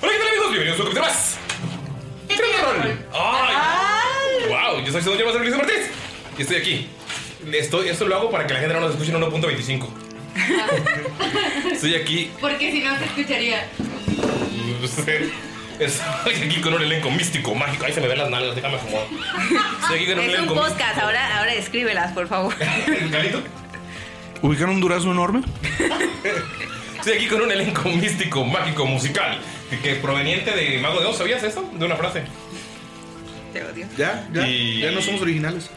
Hola, ¿qué tal amigos? Bienvenidos a un capítulo más. ¡Trin! ¡Ay! ¡Wow! Ah, Yo soy Sedoña Master Luis Martínez y estoy aquí. Esto, esto lo hago para que la gente no nos escuche en 1.25. estoy aquí. Porque si no se escucharía. no sé, Estoy aquí con un elenco místico, mágico. Ahí se me ven las nalgas, déjame acomodar. Estoy aquí con Ah, un Es un elenco místico. podcast, ahora, ahora escríbelas, por favor. Galito. ¿Ubicaron un durazno enorme? Estoy aquí con un elenco místico, mágico, musical. Que es proveniente de Mago de Oz. ¿Sabías eso? De una frase. Te odio. Ya, ya. Y- Ya no somos originales.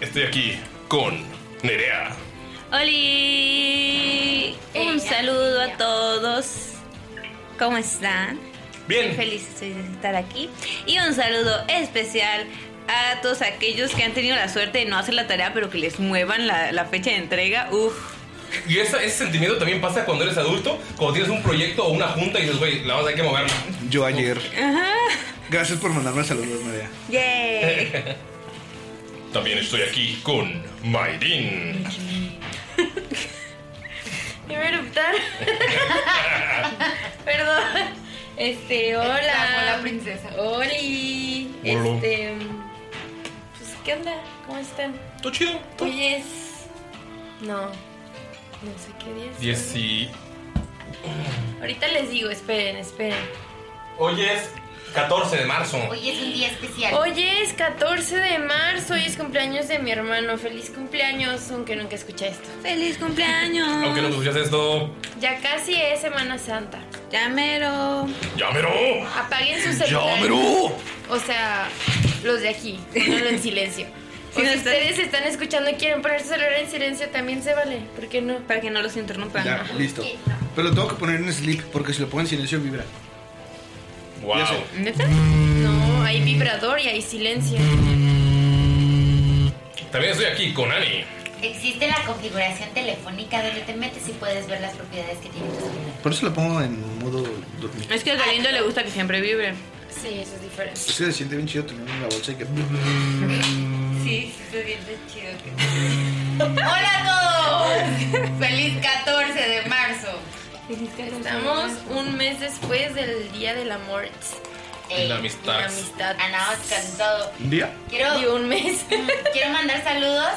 Estoy aquí con Nerea. ¡Holi! Un saludo a todos. ¿Cómo están? Muy Bien. feliz estoy de estar aquí. Y un saludo especial a todos aquellos que han tenido la suerte de no hacer la tarea, pero que les muevan la, la fecha de entrega. Uf. Y esa- ese sentimiento también pasa cuando eres adulto, cuando tienes un proyecto o una junta y dices, güey, la vas a tener que moverla. Yo ayer. Gracias por mandarme saludos, María. ¡Yay! También estoy aquí con Mayrin. Me voy a eruptar. Perdón. Este, hola. Hola, princesa. Oli. Hola. Este. Pues, ¿qué onda? ¿Cómo están? ¿Tú chido? ¿Tú? Hoy es. No. No sé qué día es. Diez y... Ahorita les digo, esperen, esperen. Hoy es 14 de marzo. Oh. Hoy es un día especial. Hoy es 14 de marzo, hoy es cumpleaños de mi hermano. Feliz cumpleaños, aunque nunca escuché esto. ¡Feliz cumpleaños! Aunque no escuchas esto, Ya casi es Semana Santa. Llamero. llámelo. Apaguen sus ¡Llámelo! O sea, los de aquí, ponganlo en silencio. O si ustedes están escuchando y quieren poner su celular en silencio, también se vale. ¿Por qué no? Para que no los interrumpan. Ya, listo. Pero lo tengo que poner en sleep porque si lo pongo en silencio vibra. Wow. Ya sé. ¿Neta? No, hay vibrador y hay silencio. También estoy aquí con Ani. Existe la configuración telefónica donde te metes y puedes ver las propiedades que tiene tu celular. Por eso lo pongo en modo dormir. Es que a Galindo le gusta que siempre vibre. Sí, eso es diferente. Es que se siente bien chido tener una bolsa y que. Sí, sí, se siente chido. Mm. ¡Hola a todos! ¡Feliz 14 de marzo! Estamos un mes después del Día del Amor Eh, Y la y la amistad. amistad. Anaos con todo. ¿Un día? Y Quiero, Mm, un mes. quiero mandar saludos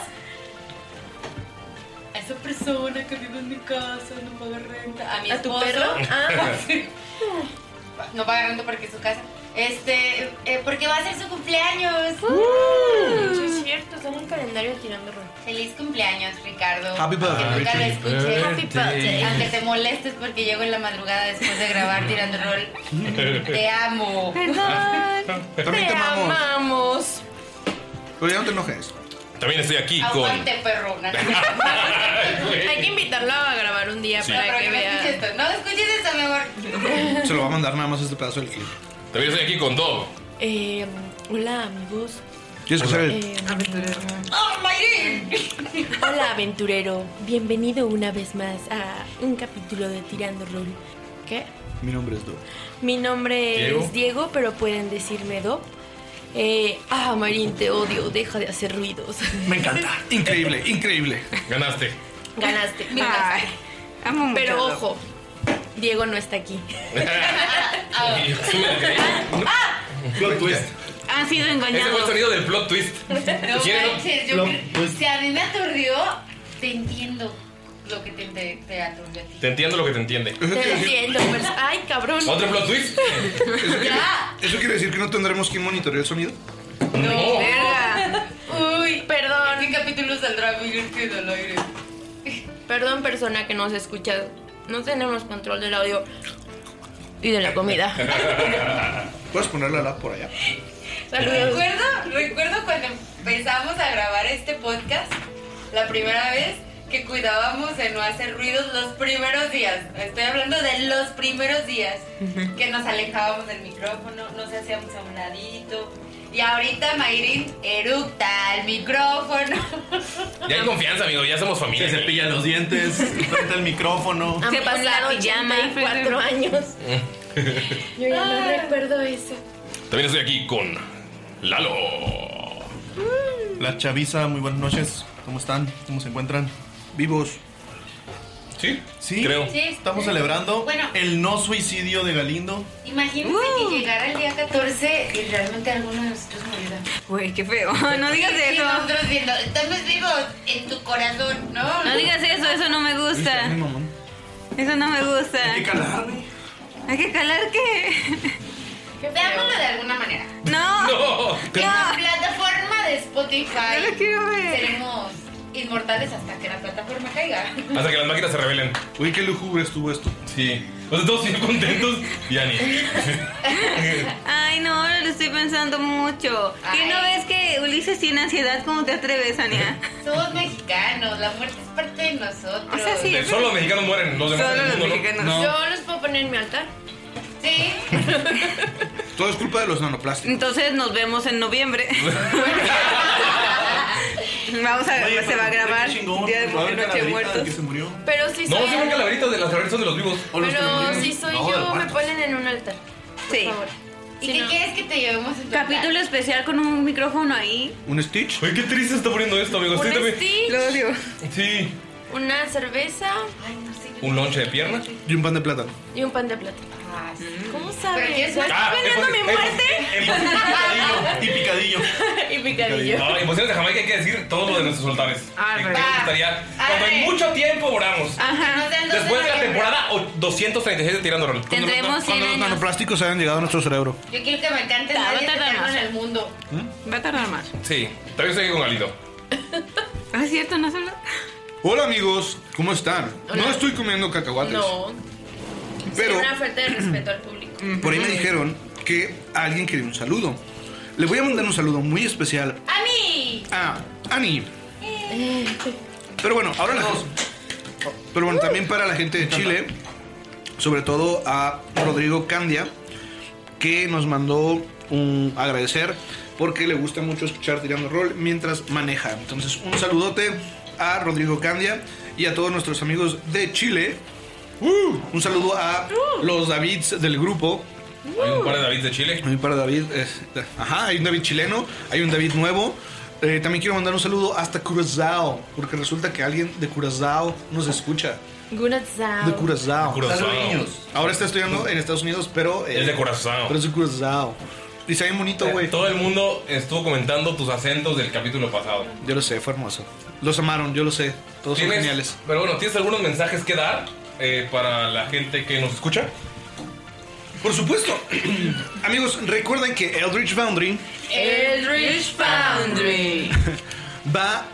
a esa persona que vive en mi casa, no paga renta. A mi ¿A tu esposo. perro? Ah, No paga renta porque es su casa. Este, eh, porque va a ser su cumpleaños. Uh. Sí, es cierto, tengo un calendario girando. Feliz cumpleaños, Ricardo. Happy Aunque nunca lo birthday. escuches. Happy birthday. Aunque te molestes porque llego en la madrugada después de grabar tirando rol. Te amo. Perdón. También Te te amamos. amamos. Pero ya no te enojes. También estoy aquí con. Aguante, perrona. Hay que invitarlo a grabar un día Sí. para Pero que no vea. escuches esto. No escuches esto, mi amor. Se lo va a mandar nada más este pedazo del clip. También estoy aquí con Dog. Eh, hola, amigos. ¿Quieres escuchar el- Eh, Hola, aventurero. Bienvenido una vez más a un capítulo de Tirando Rol. ¿Qué? Mi nombre es Do. Mi nombre Diego. es Diego, pero pueden decirme Dop. Eh, ah, Marín, te odio. Deja de hacer ruidos. Me encanta. Increíble, increíble. Ganaste. Ganaste. Ay, Pero a Dop. ojo, Diego no está aquí. Plot twist. Han sido Ese fue el sonido del plot twist. No Sí, ¿no? manches, yo Lo- cre- pues- si a mí me aturdió, te entiendo lo que te, te, te aturdió a ti. Te entiendo lo que te entiende. Te lo siento, pero- Ay, cabrón. ¿Otro plot twist? Ah. ¿Eso quiere decir que no tendremos que monitorear el sonido? No, verga. Uy, perdón. ¿Qué capítulo saldrá mi al aire? Perdón, persona que nos escucha. No tenemos control del audio y de la comida. ¿Puedes ponerle la por allá? Recuerdo, recuerdo cuando empezamos a grabar este podcast, la primera vez que cuidábamos de no hacer ruidos los primeros días. Estoy hablando de los primeros días que nos alejábamos del micrófono, nos hacíamos a un ladito. Y ahorita Mayrin eructa al micrófono. Ya hay confianza, amigo. Ya somos familia. Se cepillan los dientes, frente al micrófono. Han pasado cuatro años. Ah. Yo ya no recuerdo eso. También estoy aquí con Lalo. La chaviza, muy buenas noches. ¿Cómo están? ¿Cómo se encuentran? ¿Vivos? ¿Sí? Sí, creo. Sí. Estamos celebrando Bueno. el no suicidio de Galindo. Imagínense que llegara el día 14 y realmente alguno de nosotros muriera. Güey, qué feo. No digas Y- y eso. nosotros viendo, estamos vivos en tu corazón, ¿no? No digas eso, eso no me gusta. Eso no me gusta. Hay que calar, Hay que calar qué. Veámoslo de alguna manera. No. No. La plataforma de Spotify. No lo quiero ver. Seremos inmortales hasta que la plataforma caiga. Hasta que las máquinas se revelen. Uy, qué lujubre estuvo esto. Sí. O sea, todos bien contentos. Ya ni. Ay, no, ahora lo estoy pensando mucho. ¿Qué no ves que Ulises tiene ansiedad? ¿Cómo te atreves, Ania? Somos mexicanos, la muerte es parte de nosotros. O sea, sí. Solo los mexicanos mueren. Los demás Solo del los mundo, ¿no? Yo los puedo poner en mi altar. Sí. Todo es culpa de los nanoplásticos. Entonces nos vemos en noviembre. Vamos a pues, Oye, se va a pero, grabar qué chingón, Día de va a haber Noche de calaverita de Muertos. que se murió. Pero si No, soy siempre calaveritas de las calaveritas son de los vivos. O los que Pero murieron. si soy No, de yo, me muertos. ponen en un altar. Por Sí. favor. ¿Y qué quieres que te llevemos en tu Capítulo especial con un micrófono ahí. ¿Un Stitch? Oye, qué triste se está poniendo esto, amigo. Estoy Un también. Stitch. Lo odio. Sí. Una cerveza Un lonche de pierna. Y un pan de plátano. y un pan de plátano. ¿Cómo sabes? Ah, Pero ya es- ¿Estás Ah, planeando mi es- muerte? Y picadillo. y picadillo. No, en posiciones de Jamaica hay que decir todo lo de nuestros altares. Arre. Y que nos gustaría- Ah, Cuando Arre. hay mucho tiempo, oramos. Ajá. Después de la temporada o- 236 de Tirando Rol. Tendremos 100 Cuando los años. nanoplásticos hayan llegado a nuestro cerebro. Yo quiero que me canten Ah, va a nadie tardar eterno más. en el mundo. Va a tardar más. Sí, también estoy aquí con Galindo. Ah, es cierto, no solo. Hola amigos, ¿cómo están? No estoy comiendo cacahuates. No. Pero- Es una falta de respeto al público. Por ahí me dijeron que alguien quería un saludo. Le voy a mandar un saludo muy especial ¡A mí! Ah. a Ani. Eh, Pero bueno, ahora la Pero bueno, también para la gente de Chile, sobre todo a Rodrigo Candia, que nos mandó un agradecer porque le gusta mucho escuchar tirando rol mientras maneja. Entonces, un saludote a Rodrigo Candia y a todos nuestros amigos de Chile. Un saludo a los Davids del grupo. Hay un par de David de Chile. Hay un par de David. es- ajá, hay un David chileno, hay un David nuevo. Eh, también quiero mandar un saludo hasta Curazao, porque resulta que alguien de Curazao nos escucha. Gunatzao. De Curazao. De Curazao. Saludiños. Ahora está estudiando en Estados Unidos, pero. eh, Es de Curazao. Pero es de Curazao. Y está bien bonito, güey. Todo el mundo estuvo comentando tus acentos del capítulo pasado. Yo lo sé, fue hermoso. Los amaron, yo lo sé. Todos son ¿Tienes- geniales. Pero bueno, ¿tienes algunos mensajes que dar eh, para la gente que nos escucha? Por supuesto. Amigos, recuerden que Eldritch Foundry Eldritch Foundry. va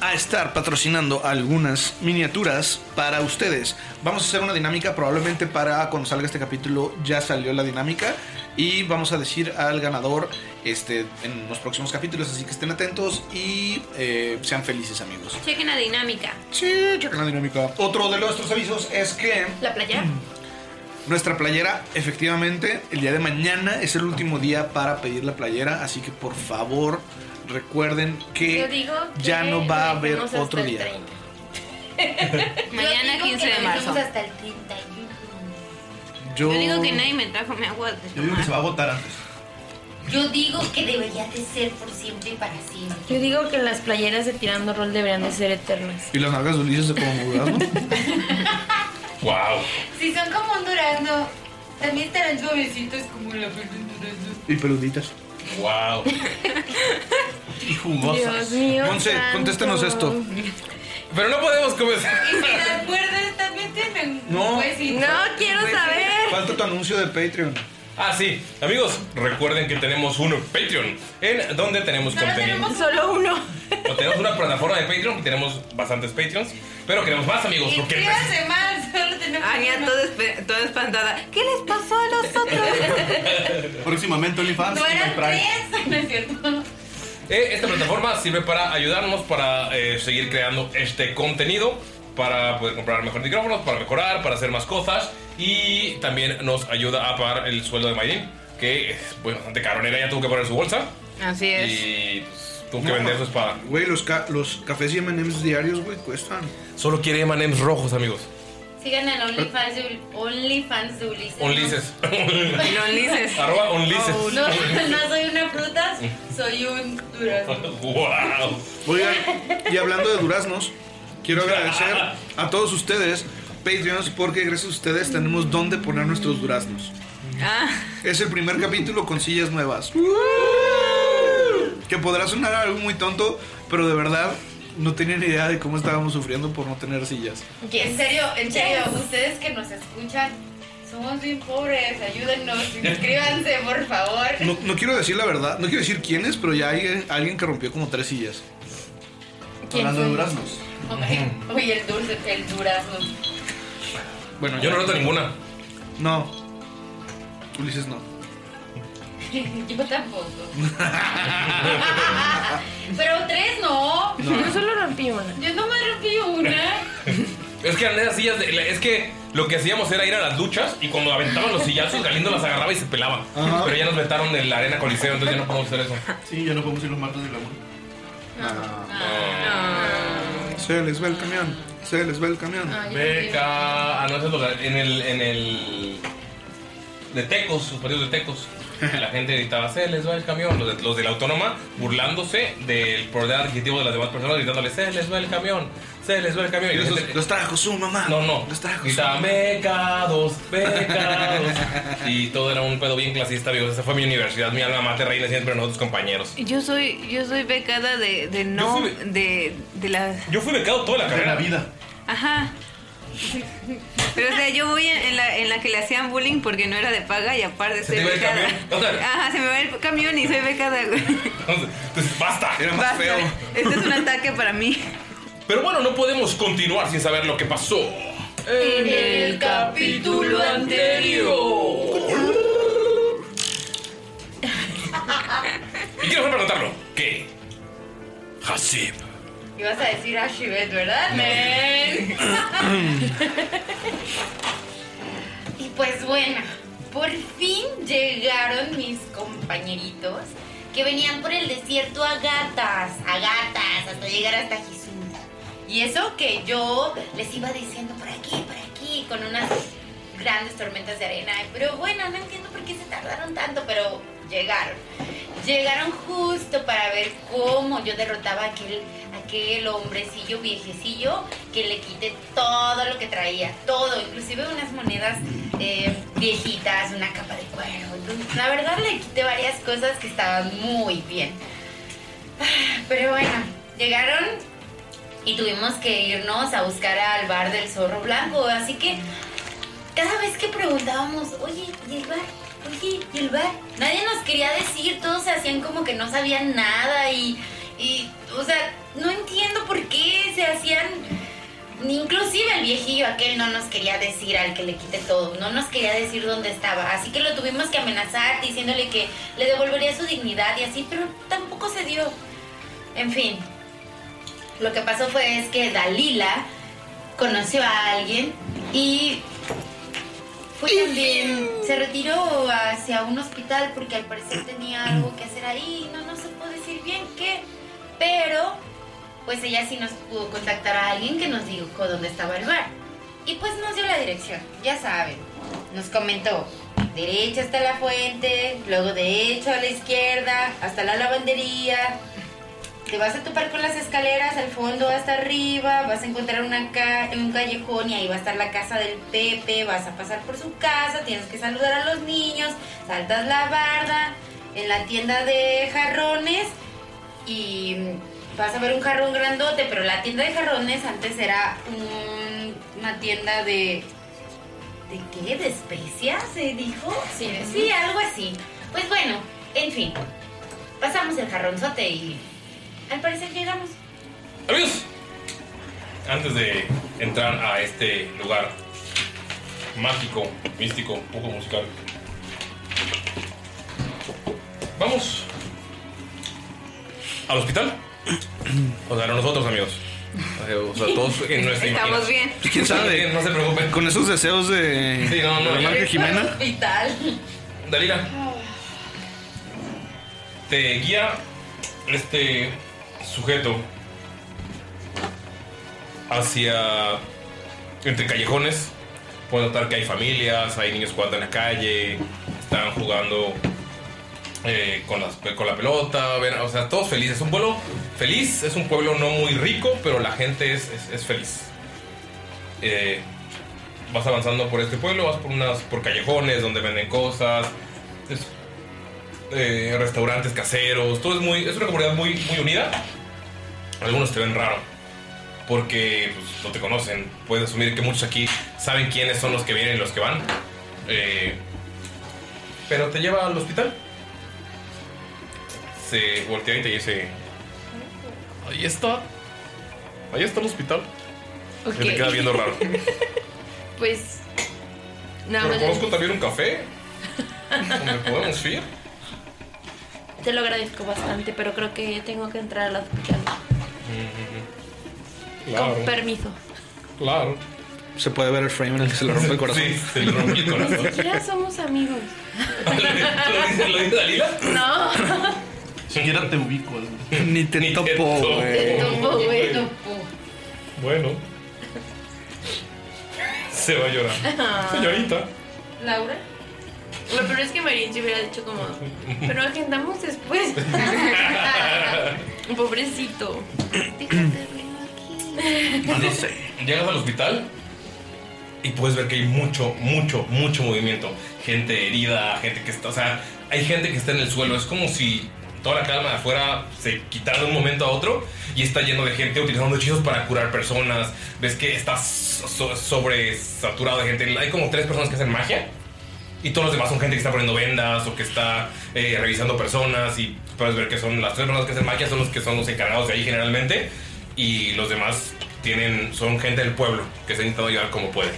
a estar patrocinando algunas miniaturas para ustedes. Vamos a hacer una dinámica, probablemente para cuando salga este capítulo ya salió la dinámica y vamos a decir al ganador este, en los próximos capítulos, así que estén atentos y eh, sean felices amigos. Chequen la dinámica. Sí, chequen la dinámica. Otro de nuestros avisos es que ¿La playa? Mm, nuestra playera, efectivamente, el día de mañana es el último día para pedir la playera, así que por favor recuerden que... Yo digo que ya no va a lo haber dejemos hasta otro el día. 30. Mañana, 15 de marzo. hasta el 31. Yo digo que nadie me trajo mi agua de Yo digo que se va a votar antes. Yo digo que debería de ser por siempre y para siempre. Yo digo que las playeras de Tirando Rol deberían de ser eternas. Y las nalgas de Ulises se como durazno. wow. Si son como un durazno, también estarán suavecitos como la piel de un durazno. Y peluditas. Wow. y Dios mío, Monse, santo. contéstanos esto. Pero no podemos comenzar. Y si las muerdes también tienen No. huesitos. No, quiero saber. Falta tu anuncio de Patreon. Ah, sí. Amigos, recuerden que tenemos un Patreon en donde tenemos contenido. solo uno. O tenemos una plataforma de Patreon y tenemos bastantes Patreons. Pero queremos más, amigos, porque el precio- Inscríbanse más, solo tenemos Ania, toda, espe- toda espantada. ¿Qué les pasó a los otros? Próximamente OnlyFans. No Prime eran Prime. tres, no es cierto. Eh, esta plataforma sirve para ayudarnos para eh, seguir creando este contenido, para poder comprar mejores micrófonos, para mejorar, para hacer más cosas y también nos ayuda a pagar el sueldo de Mayrin, que es pues, bastante caronera, ya tuvo que poner su bolsa Así y pues, tuvo que vender su espada. Güey, los, ca- los cafés y MMs diarios, güey, cuestan. Solo quiere M&M's rojos, amigos. Sigan al OnlyFans de, Ul- OnlyFans de Ulises. Onlices. El Onlices. Oh, Arroba Onlices. No, no soy una fruta, soy un durazno. Wow. Oigan, y hablando de duraznos, quiero agradecer a todos ustedes, Patreons, porque gracias a ustedes tenemos dónde poner nuestros duraznos. Ah, Es el primer capítulo con sillas nuevas. Que podrá sonar algo muy tonto, pero de verdad no tenían idea de cómo estábamos sufriendo por no tener sillas. En serio, en serio, ustedes que nos escuchan, somos bien pobres, ayúdennos, inscríbanse, por favor. No, no quiero decir la verdad, no quiero decir quién es, pero ya hay eh, alguien que rompió como tres sillas. ¿Quién Hablando de fue? duraznos. Uy, el dulce, el durazno. Bueno, Yo no noto ninguna. No. Ulises no. Yo tampoco. Pero tres no. No. Yo solo rompí una. Yo no me rompí una. Es que eran esas sillas de- la- es que lo que hacíamos era ir a las duchas y cuando aventaban los sillazos, Galindo las agarraba y se pelaba. Ajá. Pero ya nos vetaron de la arena coliseo, entonces ya no podemos hacer eso. Sí, ya no podemos ir los martes de glamour. Se les ve el camión. Se les ve el camión. Ah, Beca. Ah, no, ese es lo que- en el. En el de Tecos, sus partidos de Tecos. La gente gritaba, se les va el camión. Los de, los de la autónoma burlándose del poder adjetivo de las demás personas, gritándoles, se les va el camión, se les va el camión. Y la Los- gente- trajo su mamá. No, no. Gritaban, becados, becados. y todo era un pedo bien clasista, amigos. Esa fue mi universidad, mi alma mater, reina siempre nosotros compañeros. Yo soy, yo soy becada de, de no, Yo de, de la... Yo fui becado toda la carrera. vida. Ajá. Pero o sea, yo voy en, en la, en la que le hacían bullying porque no era de paga y aparte soy te iba el becada. camión. O sea- Ajá, se me va el camión y soy becada, güey. Entonces, basta. Era más Basta. feo. Este es un ataque para mí. Pero bueno, no podemos continuar sin saber lo que pasó. Eh, En el capítulo anterior. Y quiero preguntarlo. ¿Qué? Hasib. Ibas a decir a Shivet, ¿verdad? Men. y pues bueno, por fin llegaron mis compañeritos que venían por el desierto a gatas, a gatas, hasta llegar hasta Jesús. Y eso que yo les iba diciendo por aquí, por aquí, con unas grandes tormentas de arena. Pero bueno, no entiendo por qué se tardaron tanto, pero llegaron. Llegaron justo para ver cómo yo derrotaba a aquel, aquel hombrecillo viejecillo que le quité todo lo que traía, todo, inclusive unas monedas eh, viejitas, una capa de cuero. Entonces, la verdad le quité varias cosas que estaban muy bien. Ah, Pero bueno, llegaron y tuvimos que irnos a buscar al bar del zorro blanco, así que cada vez que preguntábamos, oye, ¿y el bar? Oye, ¿y el bar? Nadie nos quería decir, todos se hacían como que no sabían nada y, y, o sea, no entiendo por qué se hacían... Inclusive el viejillo aquel no nos quería decir al que le quite todo, no nos quería decir dónde estaba, así que lo tuvimos que amenazar diciéndole que le devolvería su dignidad y así, pero tampoco se dio. En fin, lo que pasó fue es que Dalila conoció a alguien y fue también, se retiró hacia un hospital porque al parecer tenía algo que hacer ahí, no, no se puede decir bien qué, pero pues ella sí nos pudo contactar a alguien que nos dijo dónde estaba el bar. Y pues nos dio la dirección, ya saben. Nos comentó, derecha hasta la fuente, luego derecho a la izquierda, hasta la lavandería. Te vas a topar con las escaleras, al fondo hasta arriba, vas a encontrar una ca- un callejón y ahí va a estar la casa del Pepe, vas a pasar por su casa, tienes que saludar a los niños, saltas la barda, en la tienda de jarrones y vas a ver un jarrón grandote, pero la tienda de jarrones antes era un- una tienda de... ¿De qué? ¿De especias? ¿Se dijo? Sí, sí, algo así. Pues bueno, en fin. Pasamos el jarronzote y... Al parecer llegamos. Amigos, antes de entrar a este lugar mágico, místico, un poco musical, vamos al hospital. O sea, no nosotros, amigos. O sea, todos en nuestra Estamos imaginación. bien. ¿Quién sabe? No se preocupen. Con esos deseos de. Sí, no, no, de no. Marca Jimena. Hospital. Dalila, te guía este sujeto hacia entre callejones. Puedes notar que hay familias, hay niños jugando en la calle, están jugando eh, con, las- con la pelota, ven, o sea, todos felices. Es un pueblo feliz, es un pueblo no muy rico, pero la gente es, es- es feliz. Eh, vas avanzando por este pueblo, vas por unas por callejones donde venden cosas, es- eh, restaurantes caseros, todo es muy es una comunidad muy muy unida. Algunos te ven raro porque pues, no te conocen. Puedes asumir que muchos aquí saben quiénes son los que vienen y los que van. Eh, pero te lleva al hospital. Se voltea y te dice, ahí está, ahí está el hospital. Ok. Y te queda viendo raro. Pues. Nada Pero más. conozco también un café. ¿Me podemos ir? Te lo agradezco bastante, pero creo que tengo que entrar al hospital. Con permiso. claro. Se puede ver el frame en el que se le rompe el corazón. Sí, se le rompe el Ni siquiera somos amigos. ¿Lo dice, lo dice Dalila? No. Siquiera te ubico. Ni te topo, güey. Topo, güey. Bueno. Se va a llorar. Señorita. ¿Laura? Lo peor es que Marín se hubiera dicho como. Pero agendamos después. Pobrecito. No sé. Llegas al hospital y puedes ver que hay mucho, mucho, mucho movimiento. Gente herida, gente que está. O sea, hay gente que está en el suelo. Es como si toda la calma de afuera se quitara de un momento a otro y está lleno de gente utilizando hechizos para curar personas. Ves que está so- sobresaturado de gente. Hay como tres personas que hacen magia. Y todos los demás son gente que está poniendo vendas o que está eh, revisando personas. Y puedes ver que son las tres personas que hacen magia, son los que son los encargados de ahí generalmente. Y los demás tienen, son gente del pueblo que se ha intentado ayudar como puede.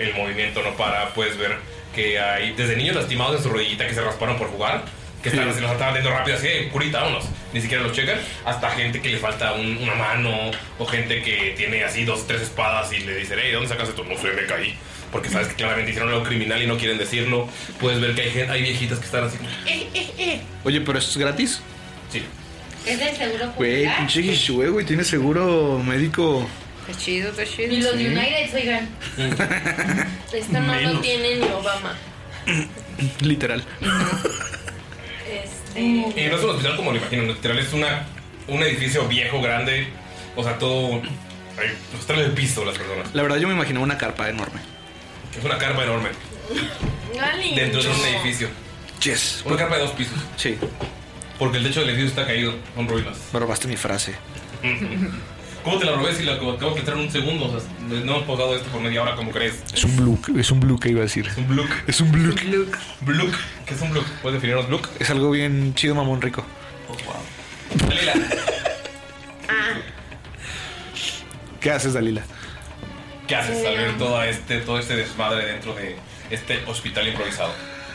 El movimiento no para, puedes ver que hay desde niños lastimados en su rodillita que se rasparon por jugar. Que están, se los están viendo rápido, así, "Eh, curita, vámonos. Ni siquiera los checan. Hasta gente que le falta un- una mano, o gente que tiene así dos, tres espadas y le dicen, hey, ¿dónde sacaste tú? No sé, me caí. Porque sabes que claramente hicieron algo criminal y no quieren decirlo. Puedes ver que hay, gen- hay viejitas que están así. Oye, pero esto es gratis. Sí. Es del seguro Güey, popular. pinche Gishué, güey, tiene seguro médico. Está chido, está chido. Y los Sí. United, oigan. Mm. Esta no lo Menos. tiene ni Obama. Literal. Este, Mm. Y no es un hospital como lo imaginan, literal es una, un edificio viejo, grande. O sea, todo. Ay, los traen el piso las personas. La verdad, yo me imaginaba una carpa enorme. Es una carpa enorme. Gali. Dentro de un edificio. Yes. Una carpa de dos pisos. Sí. Porque el techo del edificio está caído, son ruinas. Me robaste mi frase. ¿Cómo te la robé si la acabo acabo de entrar en un segundo? O sea, no hemos pausado esto por media hora como crees. Es un blue, es un blue que iba a decir. Es un blue. Es un blue. Bluk. ¿Qué es un bluk? ¿Puedes definirnos bluk? Es algo bien chido, mamón rico. Oh, Dalila. Ah. ¿Qué haces, Dalila? ¿Qué haces al ver todo este, todo este desmadre dentro de este hospital improvisado?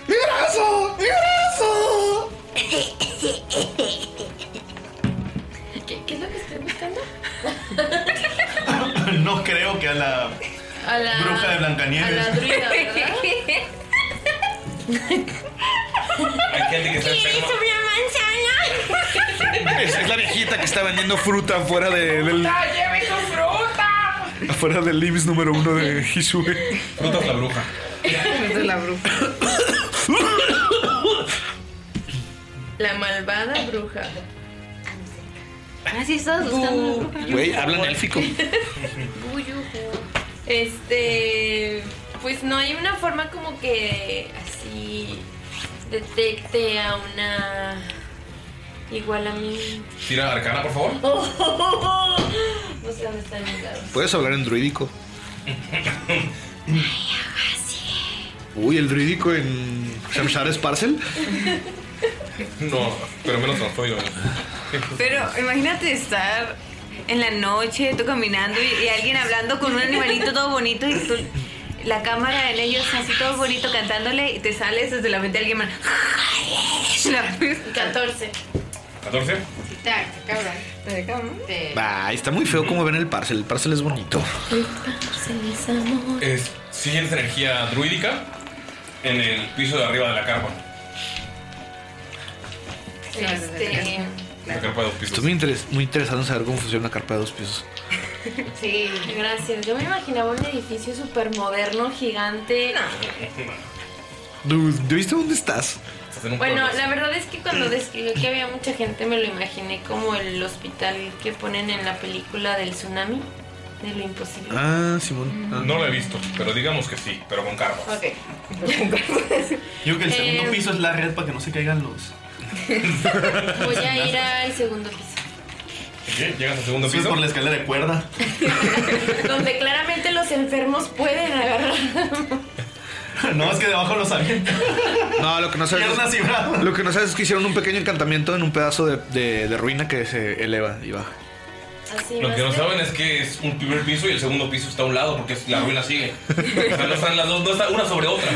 ¡Mi brazo! ¡Mi brazo! ¿Qué, qué es lo que estoy buscando? No creo que a la A la. bruja de A la Blancanieves. druida, ¿verdad? Hay gente que está enferma. Es, es la viejita que está vendiendo fruta afuera de- del. ¡Ah, lleve su fruta! Afuera del Limbs número uno de Hisue. Frutas la bruja. De la bruja. La malvada bruja. Ah, sí, estás buscando. Güey, hablan élfico. Este. Pues no hay una forma como que así detecte a una igual a mí. Tira arcana, por favor. No sé dónde están mis dados. ¿Puedes hablar en druídico? Uy, el druídico en Shamshar es parcel. No, pero menos transfoido. Pero imagínate estar en la noche, tú caminando y, y alguien hablando con un animalito todo bonito y tú- la cámara en ellos así todo bonito cantándole y te sales desde la mente de alguien más. 14. 14. cabrón. Este, Ay, está muy feo como ven el parcel. El parcel es bonito. Es, sientes energía druídica en el piso de arriba de la carpa. Este. La carpa de dos pisos. Estoy muy, interes- muy interesado en saber cómo funciona una carpa de dos pisos. Sí. Este, Gracias. Yo me imaginaba un edificio súper moderno, gigante. Dude, ¿ya ¿viste dónde estás? Bueno, la verdad es que cuando describió que había mucha gente me lo imaginé como el hospital que ponen en la película del tsunami, de lo imposible. Ah, Simón. No lo he visto, pero digamos que sí, pero con carpa. Ok. Digo que el segundo Eh. piso es la red para que no se caigan los. Voy a ir al segundo piso, Llegas al segundo piso. por la escalera de cuerda. donde claramente los enfermos pueden agarrar. No, es que debajo no sabía. No, lo que no sabes. Piernas y brazos. Lo que no sabes es que hicieron un pequeño encantamiento en un pedazo de, de- de ruina que se eleva y baja. Así Lo que no bastante. saben es que es un primer piso y el segundo piso está a un lado porque la ruina sigue. O sea, no están las dos, no está una sobre otra.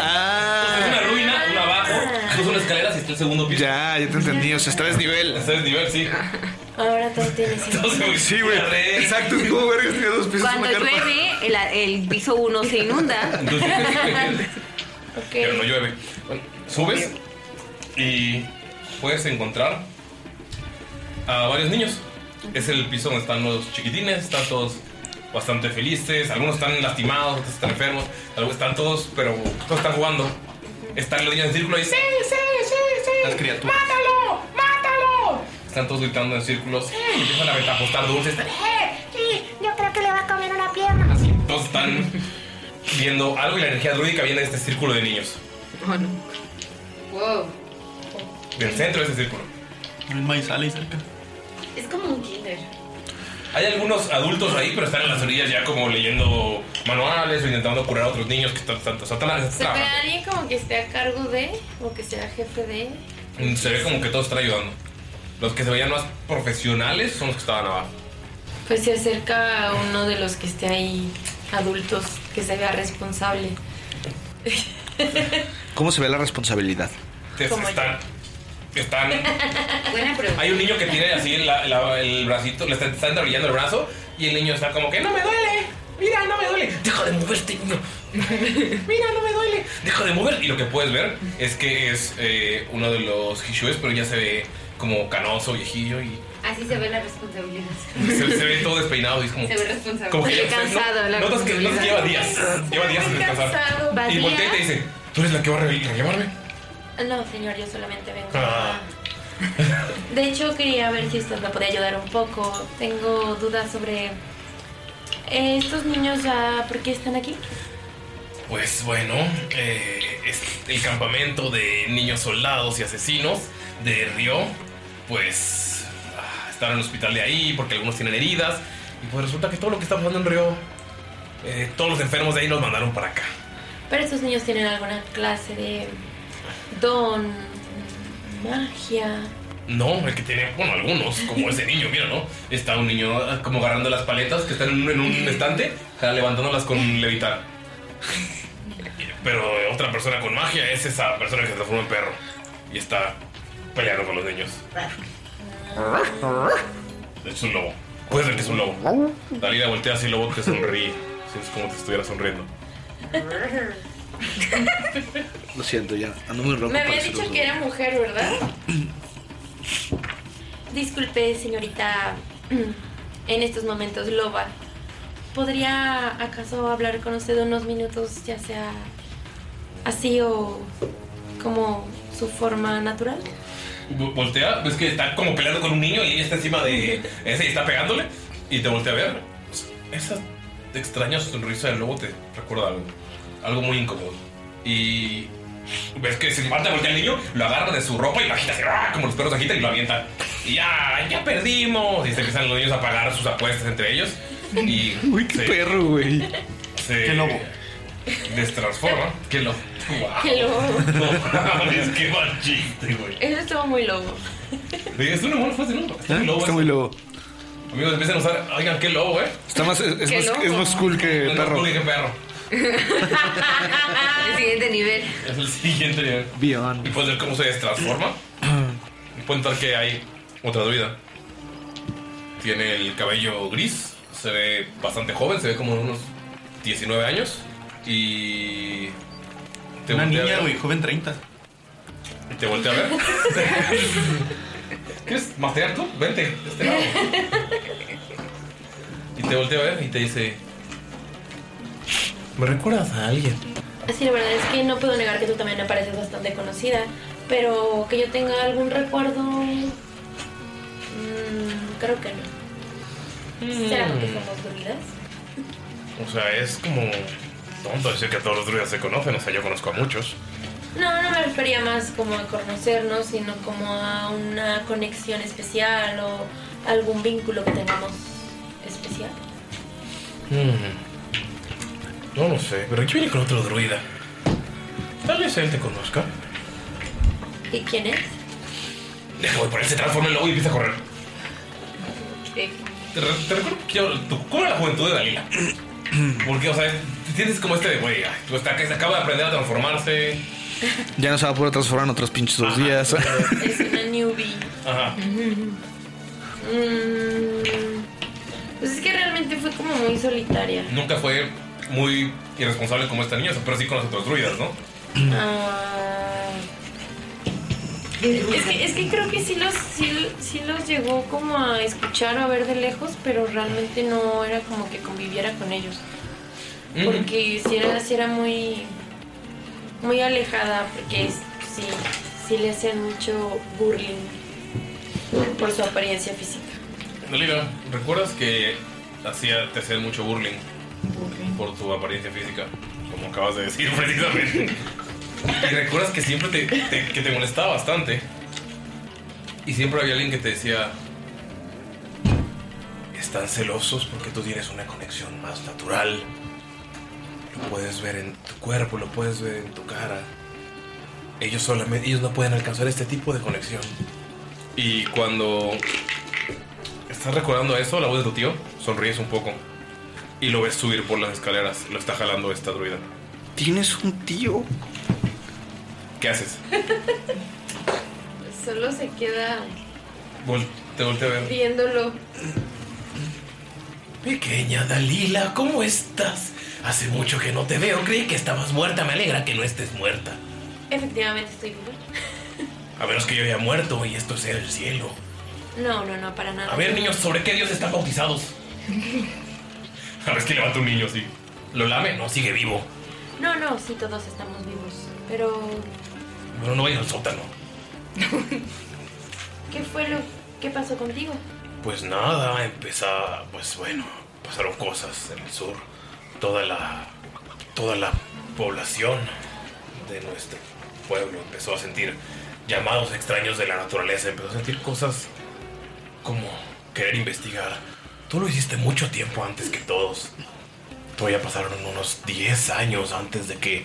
Ah. Entonces, es una ruina, una abajo, dos son escaleras y está el segundo piso. Ya, ya te entendí. O sea, está desnivel. Está desnivel, sí. Ahora todo tiene sentido. Sí, güey. Exacto, es como vergas tiene dos pisos. Cuando una carpa. llueve, el, el piso uno se inunda. Pero no llueve. Subes y puedes encontrar a varios niños. Es el piso donde están los chiquitines, están todos bastante felices, algunos están lastimados, otros están enfermos, algunos están todos, pero todos están jugando. Están los niños en círculo y ¡Sí, sí, sí, sí! Las criaturas. ¡Mátalo! ¡Mátalo! están todos gritando en círculos y empiezan a apostar dulces. ¡Eh! Sí, yo creo que le va a comer una pierna. Ah, Todos están viendo algo y la energía druídica viene de este círculo de niños, Oh, Wow. del centro de este círculo. Un maizal ahí cerca. Es como un kinder. Hay algunos adultos ahí, pero están en las orillas ya como leyendo manuales o intentando curar a otros niños que están, están, están- están- ¿Se ve alguien como que esté a cargo de, o que sea jefe de? están- Se ve como que todos están ayudando. Los que se veían más profesionales son los que estaban abajo. Pues se acerca a uno de los que esté ahí, adultos, que se vea responsable. ¿Cómo se ve la responsabilidad? Entonces, están, están Buena pregunta. Hay un niño que tiene así la- la- el bracito, le está, está enrollando el brazo y el niño está como que no me duele. Mira, no me duele. Deja de moverte, niño. Mira, no me duele. Deja de mover. Y lo que puedes ver es que es eh, uno de los Hishues, pero ya se ve como canoso, viejillo y Así se ve la responsabilidad. se, se ve todo despeinado y es como... Se ve responsable. Como que ya- Estoy cansado, no- la notas que notas que lleva días. Lleva días sin descansar. cansado. Y ¿Badía? voltea y te dice, ¿tú eres la que va a re- rellevarme? No, señor, yo solamente vengo. Ah. De hecho, quería ver si usted me podía ayudar un poco. Tengo dudas sobre... eh, estos niños ya, ¿por qué están aquí? Pues bueno, eh, es el campamento de niños soldados y asesinos de Río, pues ah, están en el hospital de ahí porque algunos tienen heridas, Y pues resulta que todo lo que está pasando en Río, eh, todos los enfermos de ahí los mandaron para acá. Pero estos niños tienen alguna clase de don, magia. No, el que tiene, bueno, algunos, como ese niño, mira, ¿no? Está un niño ah, como agarrando las paletas que están en un, en un estante, ah, levantándolas con levitar. Pero eh, otra persona con magia es esa persona que se transforma en perro y está peleando con los niños. Es un lobo. Puede ser que es un lobo. Dalila voltea así, el lobo te sonríe. Sientes como te estuviera sonriendo. Lo siento, ya. Ando muy rojo. Me para había ser dicho un que era mujer, ¿verdad? Disculpe, señorita, en estos momentos loba. ¿Podría acaso hablar con usted unos minutos, ya sea así o como su forma natural? Vo- Voltea, ves que está como peleando con un niño y ella está encima de ese y está pegándole. Y te voltea a ver. Pues, Esa extraña sonrisa del lobo te recuerda algo. Algo muy incómodo. Y ves que se levanta, voltea al niño, lo agarra de su ropa y lo agita así, ¡ah! como los perros agitan y lo avientan. Y ya, ya perdimos. Y se empiezan los niños a pagar sus apuestas entre ellos. Y Uy, qué perro, güey. Qué lobo. Les transforma. Qué lobo. Qué lobo. No, es que mal chiste, güey. Eso estuvo muy lobo. Es un humor fácil, ¿no? Está muy lobo. Está muy lobo. ese. Amigos, empiezan a usar. Oigan, qué lobo, ¿eh? Está más, es, Qué es más, lobo. es más cool que Es más perro. cool que perro. El siguiente nivel. Es el siguiente nivel. Y puedes ver cómo se transforma. Y pueden notar que hay otra druida. Tiene el cabello gris. Se ve bastante joven. Se ve como de unos 19 años. Y. te Una voltea a niña, ver- güey, joven 30. y Te voltea a ver. ¿Quieres mastear tú? Vente. este lado. Y te voltea a ver y te dice. ¿Me recuerdas a alguien? Sí, la verdad es que no puedo negar que tú también me pareces bastante conocida, pero que yo tenga algún recuerdo... mm, creo que no. ¿Será porque somos druidas? O sea, es como tonto decir que todos los druidas se conocen. O sea, yo conozco a muchos. No, no me refería más como a conocernos, sino como a una conexión especial o algún vínculo que tengamos especial. Hmm. No lo sé, pero yo viene con otro druida. Tal vez él te conozca. ¿Y quién es? Deja, voy por él, se transforma en lobo y empieza a correr. Te, re- te recuerdo que yo- tu- ¿cómo era la juventud de Dalila? Porque, o sea, tienes como este de, güey, ay, tú está que se acaba de aprender a transformarse. Ya no se va a poder transformar en otros pinches dos días. Es una newbie. Ajá. Mm, pues es que realmente fue como muy solitaria. Nunca fue muy irresponsable como esta niña, o sea, pero sí con los otros druidas, ¿no? Ah. Es que, es que creo que sí los, sí, sí los llegó como a escuchar o a ver de lejos, pero realmente no era como que conviviera con ellos. Porque si era, sí era muy, muy alejada, porque es- sí, sí le hacían mucho burling por su apariencia física. Dalila, ¿recuerdas que hacía, te hacían mucho burling por tu apariencia física? Como acabas de decir precisamente. y recuerdas que siempre te, te- que te molestaba bastante. Y siempre había alguien que te decía... Están celosos porque tú tienes una conexión más natural. Lo puedes ver en tu cuerpo, lo puedes ver en tu cara. Ellos solamente, ellos no pueden alcanzar este tipo de conexión. Y cuando ¿Estás recordando eso? La voz de tu tío. Sonríes un poco. Y lo ves subir por las escaleras. Lo está jalando esta druida. ¿Tienes un tío? ¿Qué haces? Solo se queda Vol- te volteo a ver. viéndolo. Pequeña Dalila, ¿cómo estás? Hace mucho que no te veo. Creí que estabas muerta. Me alegra que no estés muerta. Efectivamente estoy viva. A menos que yo haya muerto y esto sea el cielo. No, no, no, para nada. A ver, niños, ¿sobre qué dios están bautizados? A ver, es que levanta un niño así. ¿Lo lame? No, sigue vivo. No, no, sí, todos estamos vivos. Pero, Bueno, no vayas al sótano. ¿qué fue lo que pasó contigo? Pues nada, empezaba, pues bueno, pasaron cosas en el sur. Toda la, toda la población de nuestro pueblo empezó a sentir llamados extraños de la naturaleza, empezó a sentir cosas como querer investigar Tú lo hiciste mucho tiempo antes que todos. Todavía pasaron unos 10 años antes de que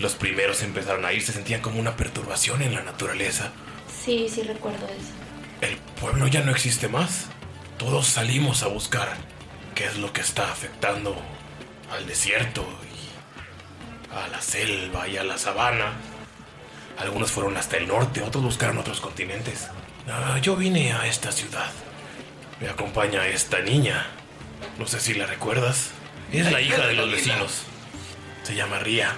los primeros empezaron a ir. Se sentían como una perturbación en la naturaleza. Sí, sí recuerdo eso. El pueblo ya no existe más. Todos salimos a buscar qué es lo que está afectando al desierto y a la selva y a la sabana. Algunos fueron hasta el norte, otros buscaron otros continentes. Ah, yo vine a esta ciudad. Me acompaña esta niña. No sé si la recuerdas. Es la hija de los vecinos. Se llama Ría.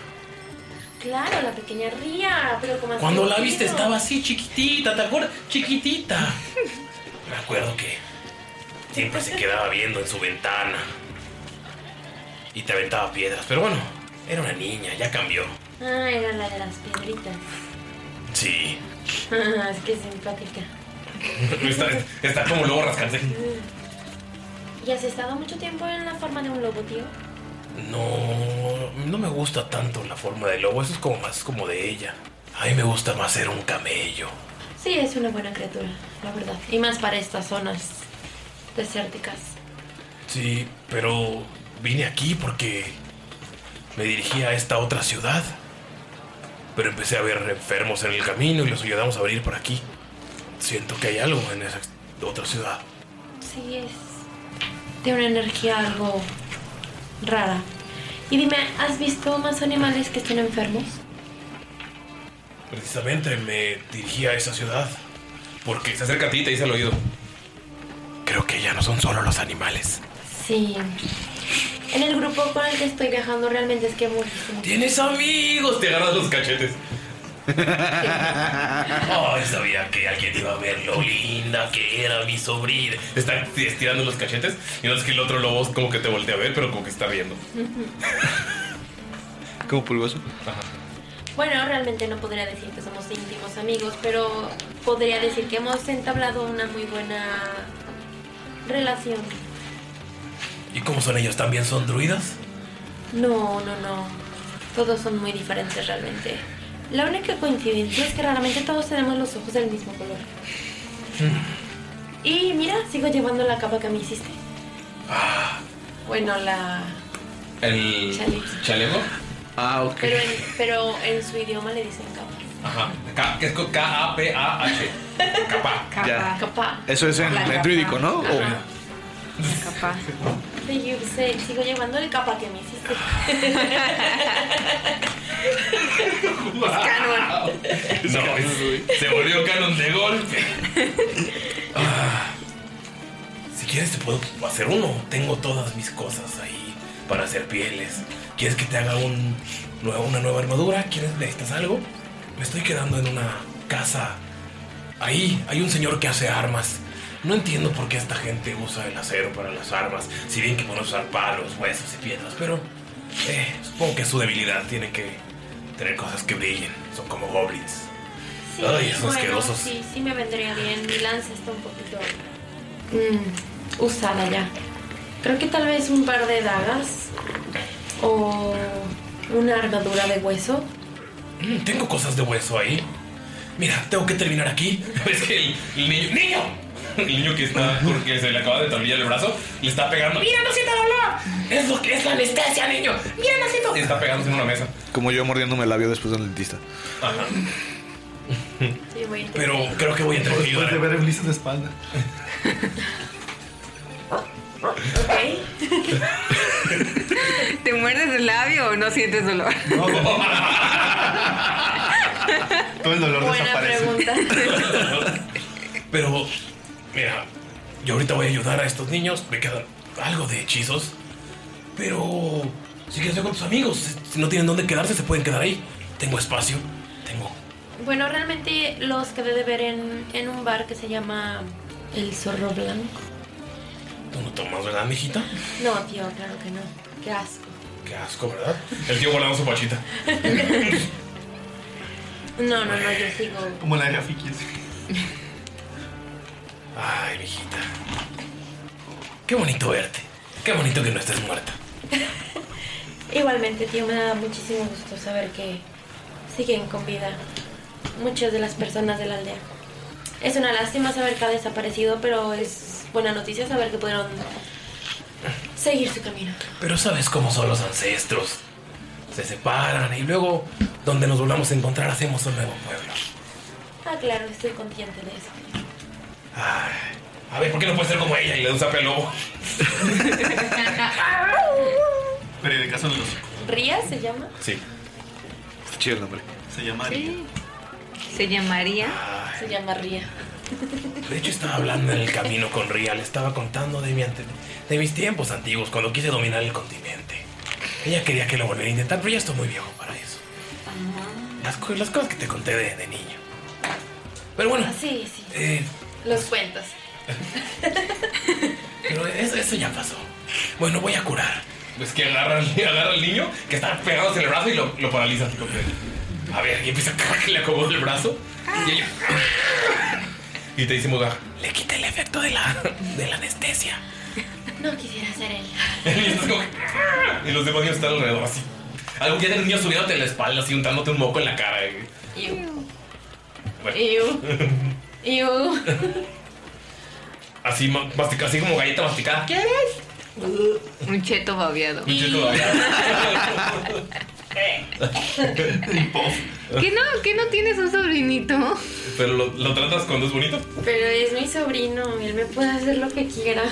Claro, la pequeña Ría, pero como Cuando la viste estaba así chiquitita, ¿te acuerdas? Chiquitita. Me acuerdo que siempre se quedaba viendo en su ventana. Y te aventaba piedras. Pero bueno, era una niña, ya cambió. Ah, era la de las piedritas. Sí. Ah, es que es simpática. está, está como lobo rascarse. Mm. ¿Y has estado mucho tiempo en la forma de un lobo, tío? No, no me gusta tanto la forma de lobo. Eso es como más como de ella. A mí me gusta más ser un camello. Sí, es una buena criatura, la verdad. Y más para estas zonas desérticas. Sí, pero vine aquí porque me dirigí a esta otra ciudad. Pero empecé a ver enfermos en el camino y los ayudamos a venir por aquí. Siento que hay algo en esa otra ciudad. Sí, es de una energía algo rara. Y dime, ¿has visto más animales que estén enfermos? Precisamente me dirigí a esa ciudad. Porque se acerca a ti y te dice al oído. Creo que ya no son solo los animales. Sí. En el grupo con el que estoy viajando realmente es que muchísimo. ¡Tienes amigos! Te agarras los cachetes. Ay, sabía que alguien iba a ver lo linda que era mi sobrina. Te Está estirando los cachetes y no es que el otro lobo como que te voltea a ver, pero como que está riendo. Como pulgoso. Bueno, realmente no podría decir que somos íntimos amigos, pero podría decir que hemos entablado una muy buena relación. ¿Y cómo son ellos? ¿También son druidas? No, no, no. Todos son muy diferentes realmente. La única coincidencia es que raramente todos tenemos los ojos del mismo color. Y mira, sigo llevando la capa que me hiciste. Ah. Bueno, la... ¿El chaleco? Ah, ok. Pero en, pero en su idioma le dicen capa. Ajá. K- que es con K-A-P-A-H. Capa. Ya. Capa. Eso es en, La en capa. druídico, ¿no? O- Ajá. Capa. Sí, yo sé, sigo llevando el capa que me hiciste. No, es- se volvió canon de golpe. Ah, si quieres te puedo hacer uno. Tengo todas mis cosas ahí para hacer pieles. ¿Quieres que te haga un, nueva- una nueva armadura? ¿Quieres necesitas algo? Me estoy quedando en una casa. Ahí hay un señor que hace armas. No entiendo por qué esta gente usa el acero para las armas, si bien que pueden usar palos, huesos y piedras, pero eh, supongo que es su debilidad. Tienen que tener cosas que brillen. Son como goblins. Sí, Ay, esos bueno, asquerosos. Sí, sí me vendría bien. Mi lanza está un poquito mm, usada ya. Creo que tal vez un par de dagas o una armadura de hueso. Mm, tengo cosas de hueso ahí. Mira, tengo que terminar aquí. Es que el, el niño. ¡Niño! El niño que está. Porque se le acaba de tornillar el brazo. Le está pegando. ¡Mira, no siento dolor! Es lo que es la anestesia, niño. ¡Mira, no siento Y está pegándose en una mesa. Como yo mordiéndome el labio después del dentista. Ajá. Sí, voy a intentar. Pero creo que voy a tener que ayudar. de ver a Ulises de espalda. ¿Te muerdes el labio o no sientes dolor? Todo el dolor desaparece. Pero, mira, yo ahorita voy a ayudar a estos niños. Me quedan algo de hechizos. Pero, si quieres, ve con tus amigos. Si no tienen dónde quedarse, se pueden quedar ahí. Tengo espacio. Tengo. Bueno, realmente los quedé de ver en, en un bar que se llama El Zorro Blanco. Tú no tomas, ¿verdad, mijita? No, tío, claro que no. Qué asco. Qué asco, ¿verdad? El tío guardando su pachita. No, no, no, yo sigo. Como la de Rafiki. Ay, mijita. Qué bonito verte. Qué bonito que no estés muerta. Igualmente, tío, me da muchísimo gusto saber que siguen con vida muchas de las personas de la aldea. Es una lástima saber que ha desaparecido, pero es buena noticia saber que pudieron seguir su camino. Pero sabes cómo son los ancestros. Se separan y luego, donde nos volvamos a encontrar, hacemos un nuevo pueblo. Ah, claro, estoy consciente de eso. Ay, a ver, ¿por qué no puede ser como ella y le da un zape al lobo? Periodicazo en el hocico. ¿Ría se llama? Sí. Está chido el nombre. Se llama Sí. Se llamaría. Se llama Ría. De hecho, estaba hablando en el camino con Ria. Le estaba contando de, mi ante- de mis tiempos antiguos, cuando quise dominar el continente. Ella quería que lo volviera a intentar, pero ya estoy muy viejo para eso. Las, co- las cosas que te conté de, de niño. Pero bueno, Ah, Sí, sí. eh, Los cuentas. pero eso, eso ya pasó. Bueno, voy a curar. Pues que agarra, al- agarra al niño que está pegado en el brazo y lo, lo paraliza. así como que- A ver, y empieza a que le acomoda el brazo. Y ella. Y te dice, Muga, le quita el efecto de la, de la anestesia. No quisiera ser él. Y los demonios están alrededor así. Algún día del niño subiéndote en la espalda, así untándote un moco en la cara. eh. Iu. Bueno. Iu. Iu. Así, ma- mastica- así como galleta masticada. ¿Quieres? Un cheto babeado. Un cheto babeado. ¿Qué no? ¿Qué no tienes un sobrinito? Pero lo, lo tratas cuando es bonito. Pero es mi sobrino, él me puede hacer lo que quiera.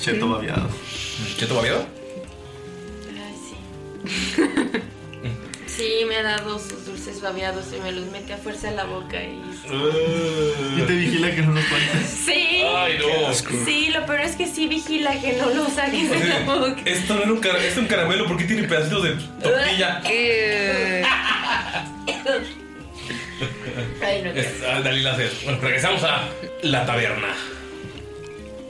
Cheto babeado. ¿Cheto babeado? Sí, me ha dado sus dulces babeados y me los mete a fuerza en la boca y... Y te vigila que no nos cuentes. Sí. Ay, no. Sí, lo peor es que sí vigila que no lo saques de la boca. Esto no era un, cara- es un caramelo, ¿por qué tiene pedacitos de tortilla? Eh. Ay, no. Es- ah, Dalila hace eso. Bueno, regresamos a la taberna.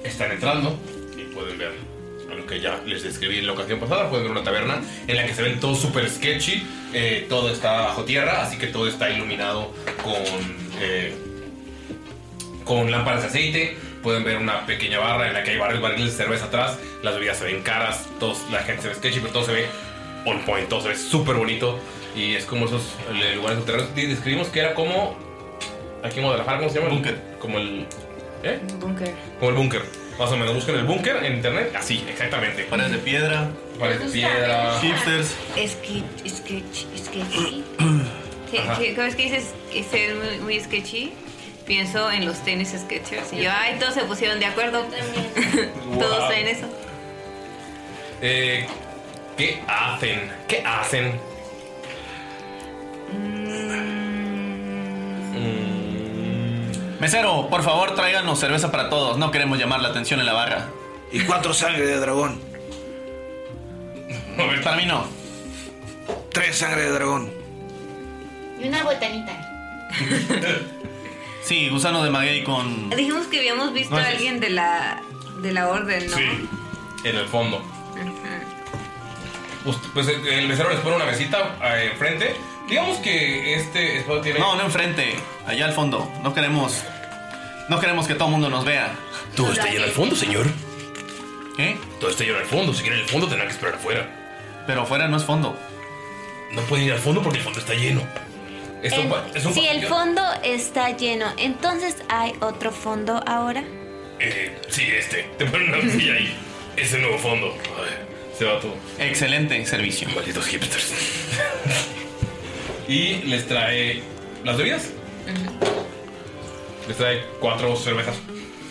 Están entrando y pueden ver a lo que ya les describí en la ocasión pasada. Pueden ver una taberna en la que se ven todo súper sketchy. eh, todo está bajo tierra, así que todo está iluminado con, eh, con lámparas de aceite. Pueden ver una pequeña barra en la que hay varios barriles de cerveza atrás. Las bebidas se ven caras, todos, la gente se ve sketchy, pero todo se ve on point, todo se ve súper bonito. Y es como esos eh, lugares subterráneos. Y Describimos que era como Aquí en Guadalajara, ¿cómo se llama? Como el. ¿Eh? Búnker. Como el búnker. Más o menos, busquen el búnker en internet. Así, exactamente. Paredes de piedra. Paredes de piedra. Hipsters. Es que, es que, es que sí. Sí, Ajá. sí, ¿Cómo es que dices que ser muy, muy sketchy? Pienso en los tenis Skechers. Y yo, ay, todos se pusieron de acuerdo. todos Wow. en eso. Eh, ¿Qué hacen? ¿Qué hacen? Mm. Mesero, por favor, tráiganos cerveza para todos. No queremos llamar la atención en la barra. Y cuatro sangre de dragón. Para mí no. Tres sangre de dragón. Y una botanita. Sí, gusano de maguey con. Dijimos que habíamos visto No, a es- alguien de la, de la orden, ¿no? En el fondo. Ust- Pues el el mesero les pone una mesita eh, enfrente. Digamos que este espacio tiene. No, no enfrente. Allá al fondo. No queremos. No queremos que todo el mundo nos vea. Todo está lleno al fondo, señor. ¿Qué? Todo está lleno al fondo. Si quieren el fondo, tendrán que esperar afuera. Pero afuera no es fondo. No pueden ir al fondo porque el fondo está lleno. Es un, El- pa- es un si el pasillo. fondo está lleno, entonces hay otro fondo ahora. Eh, sí, este. Te ponen una silla ahí. Ese nuevo fondo. Ay, se va todo. Excelente servicio. Malditos hipsters. y les trae. ¿Las bebidas? Les trae cuatro cervezas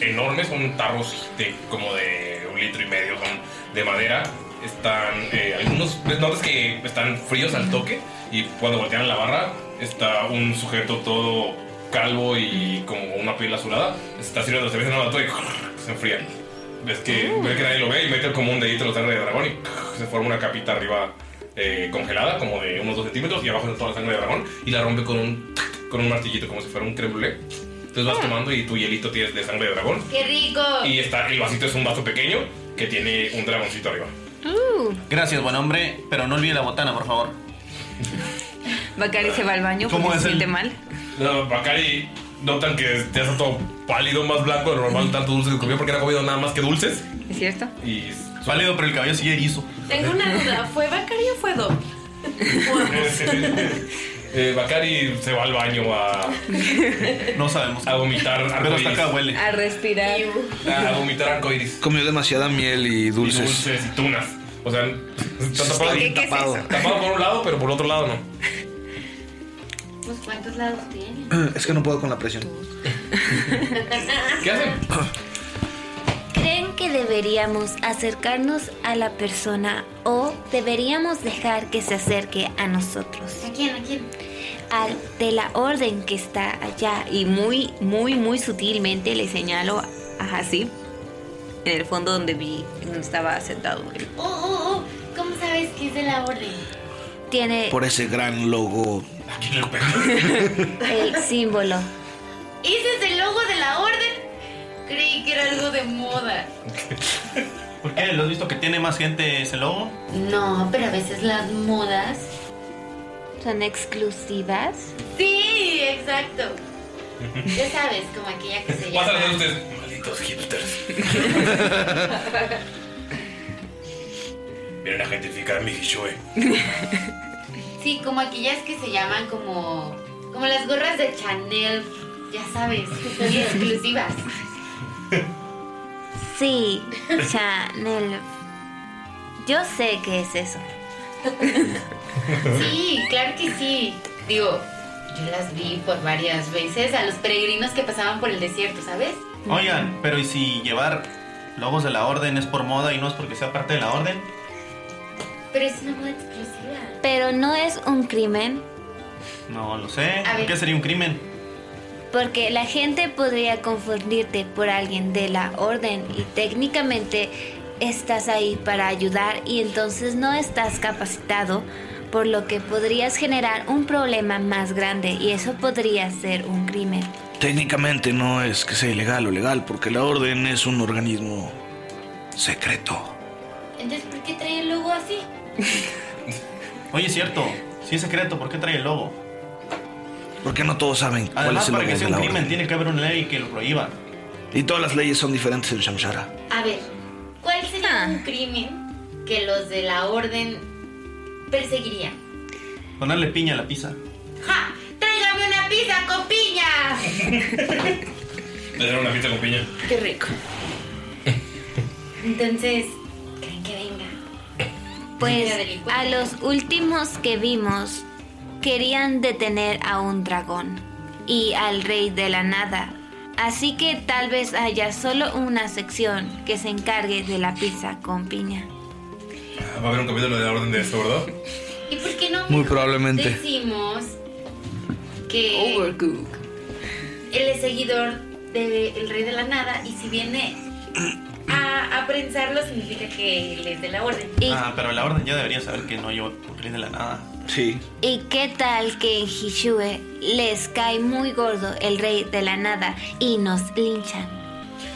enormes. Son tarros de, como de un litro y medio. Son de madera. Están. eh, algunos. pues, Notas que están fríos al toque. Y cuando voltean la barra, está un sujeto todo calvo y como una piel azulada. Está sirviendo la cerveza en una botella y se enfría. Ves que, ve que nadie lo ve y mete como un dedito en los sangre de dragón y se forma una capita arriba eh, congelada, como de unos 2 centímetros, y abajo está toda la sangre de dragón y la rompe con un, con un martillito, como si fuera un creme brûlée. Entonces vas tomando y tu hielito tienes de sangre de dragón. ¡Qué rico! Y está, el vasito es un vaso pequeño que tiene un dragoncito arriba. Uh. Gracias, buen hombre. Pero no olvide la botana, por favor. Bacari se va al baño ¿Cómo porque se es el- siente mal. No, Bacari notan que te hace todo pálido, más blanco de lo normal, tanto dulce que comió porque no ha comido nada más que dulces. ¿Es cierto? Y pálido, pero el cabello sigue erizo. Tengo una duda, ¿fue Bacari o fue Dob? Eh, Bacari se va al baño a. No sabemos. A vomitar Pero hasta acá huele. A respirar. A vomitar arcoiris. Comió demasiada miel y dulces. dulces y tunas. O sea, está tapado, ¿Qué- qué es tapado. eso? Tapado por un lado, pero por otro lado no. Pues cuántos lados tiene. Es que no puedo con la presión. ¿Qué hacen? ¿Creen que deberíamos acercarnos a la persona o deberíamos dejar que se acerque a nosotros? ¿A quién? ¿A quién? Al de la orden que está allá. Y muy, muy, muy sutilmente le señalo a Hasib en el fondo donde vi, donde estaba sentado él. Oh, oh, oh. ¿Cómo sabes que es de la orden? Tiene Por ese gran logo. el símbolo. ¿Ese es el logo de la orden? Creí que era algo de moda. ¿Por qué? ¿Lo has visto que tiene más gente ese logo? No, pero a veces las modas. ¿Son exclusivas? Sí, exacto. Ya sabes, como aquella que se Pásale de llama. ustedes. Malditos hipsters. Vienen a gentrificar a mi Hishue. Sí, como aquellas que se llaman como. como las gorras de Chanel. Ya sabes, y exclusivas. Sí, Chanel. Yo sé que es eso. Sí, claro que sí. Digo, yo las vi por varias veces a los peregrinos que pasaban por el desierto, ¿sabes? Oigan, pero ¿y si llevar logos de la orden es por moda y no es porque sea parte de la orden? Pero es una moda exclusiva. Pero no es un crimen No lo sé. A ver. ¿Por qué sería un crimen? porque la gente podría confundirte por alguien de la orden y técnicamente estás ahí para ayudar y entonces no estás capacitado por lo que podrías generar un problema más grande y eso podría ser un crimen. Técnicamente no es que sea ilegal o legal, porque la orden es un organismo secreto. Entonces, ¿por qué trae el logo así? Oye, es cierto. Si es secreto, ¿por qué trae el logo? Porque no todos saben cuál Además, es el para logo que sea de un la crimen, orden. tiene que haber una ley que lo prohíba. Y todas las leyes son diferentes en Shamshara. A ver, ¿cuál Ah. sería un crimen que los de la orden perseguirían? Ponerle piña a la pizza. ¡Ja! ¡Tráigame una pizza con piña! Le dieron una pizza con piña. ¡Qué rico! Entonces, ¿creen que venga? Pues a los últimos que vimos querían detener a un dragón y al rey de la nada. Así que tal vez haya solo una sección que se encargue de la pizza con piña. Ah, Va a haber un capítulo de la orden de esto, ¿verdad? ¿Y por qué no Muy mejor probablemente. decimos que él es seguidor del rey de la nada y si viene a, a prensarlo significa que él es de la orden? Ah, pero la orden ya debería saber que no yo por de la nada. Sí. ¿Y qué tal que en Hishue les cae muy gordo el rey de la nada y nos linchan?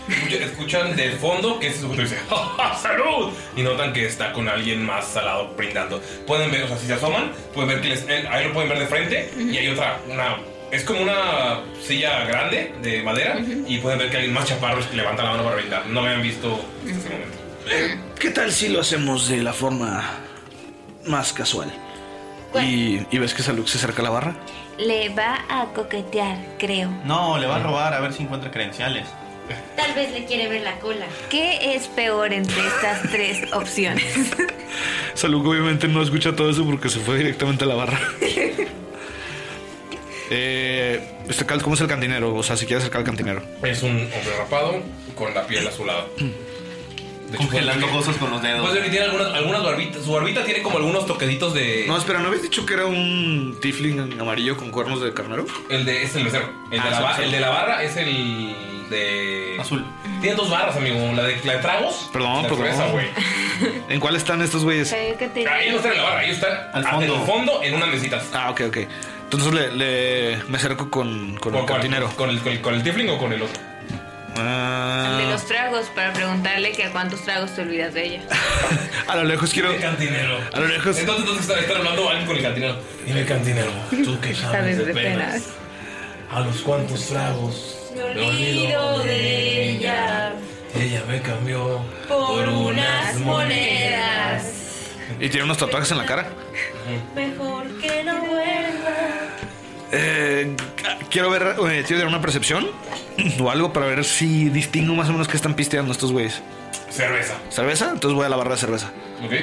Escucha- Escuchan del fondo que ese sujeto dice ¡Ja, ja, ¡Salud! Y notan que está con alguien más salado brindando. Pueden ver, o sea, si se asoman, pueden ver que les- eh, ahí lo pueden ver de frente y hay otra, una. Es como una silla grande de madera y pueden ver que alguien más chaparro es que levanta la mano para brindar. No me han visto hasta ese momento. ¿Qué tal si lo hacemos de la forma más casual? Y, y ves que Saluk se acerca a la barra. Le va a coquetear, creo. No, le va a robar a ver si encuentra credenciales. Tal vez le quiere ver la cola. ¿Qué es peor entre estas tres opciones? Saluk obviamente no escucha todo eso porque se fue directamente a la barra. eh, este cal- ¿Cómo es el cantinero? O sea, si quieres acercar al cantinero. Es un hombre rapado con la piel azulada. Congelando cosas con los dedos. Pues que tiene algunas, algunas barbitas. Su barbita tiene como algunos toquecitos de. No, espera, ¿no habías dicho que era un tifling amarillo con cuernos de carnero? El de es el mesero. El, Ah, de, la sí, ba- sí. el de la barra es el de. Azul. Tiene dos barras, amigo. La de, la de tragos. Perdón, la perdón. cerveza, güey. ¿En cuál están estos güeyes? Ahí no está en la barra, ahí está. Al en fondo. el fondo en unas mesitas. Ah, ok, ok. Entonces le, le- me acerco con, con el cuál? cantinero. ¿Con el, con, el tifling o con el otro? Ah, De los tragos, para preguntarle que a cuántos tragos te olvidas de ella. a lo lejos quiero. cantinero. A lo lejos. Entonces, entonces está, está hablando alguien con el cantinero. Dime, cantinero, tú que Sabes de penas. ¿A los cuantos tragos? Me olvido de ella. Ella me cambió Por unas monedas. Y tiene unos tatuajes en la cara. Mejor que no vuelva. Eh, quiero ver, eh, quiero dar una percepción o algo para ver si distingo más o menos qué están pisteando estos güeyes. Cerveza. ¿Cerveza? Entonces voy a la barra de cerveza. Ok.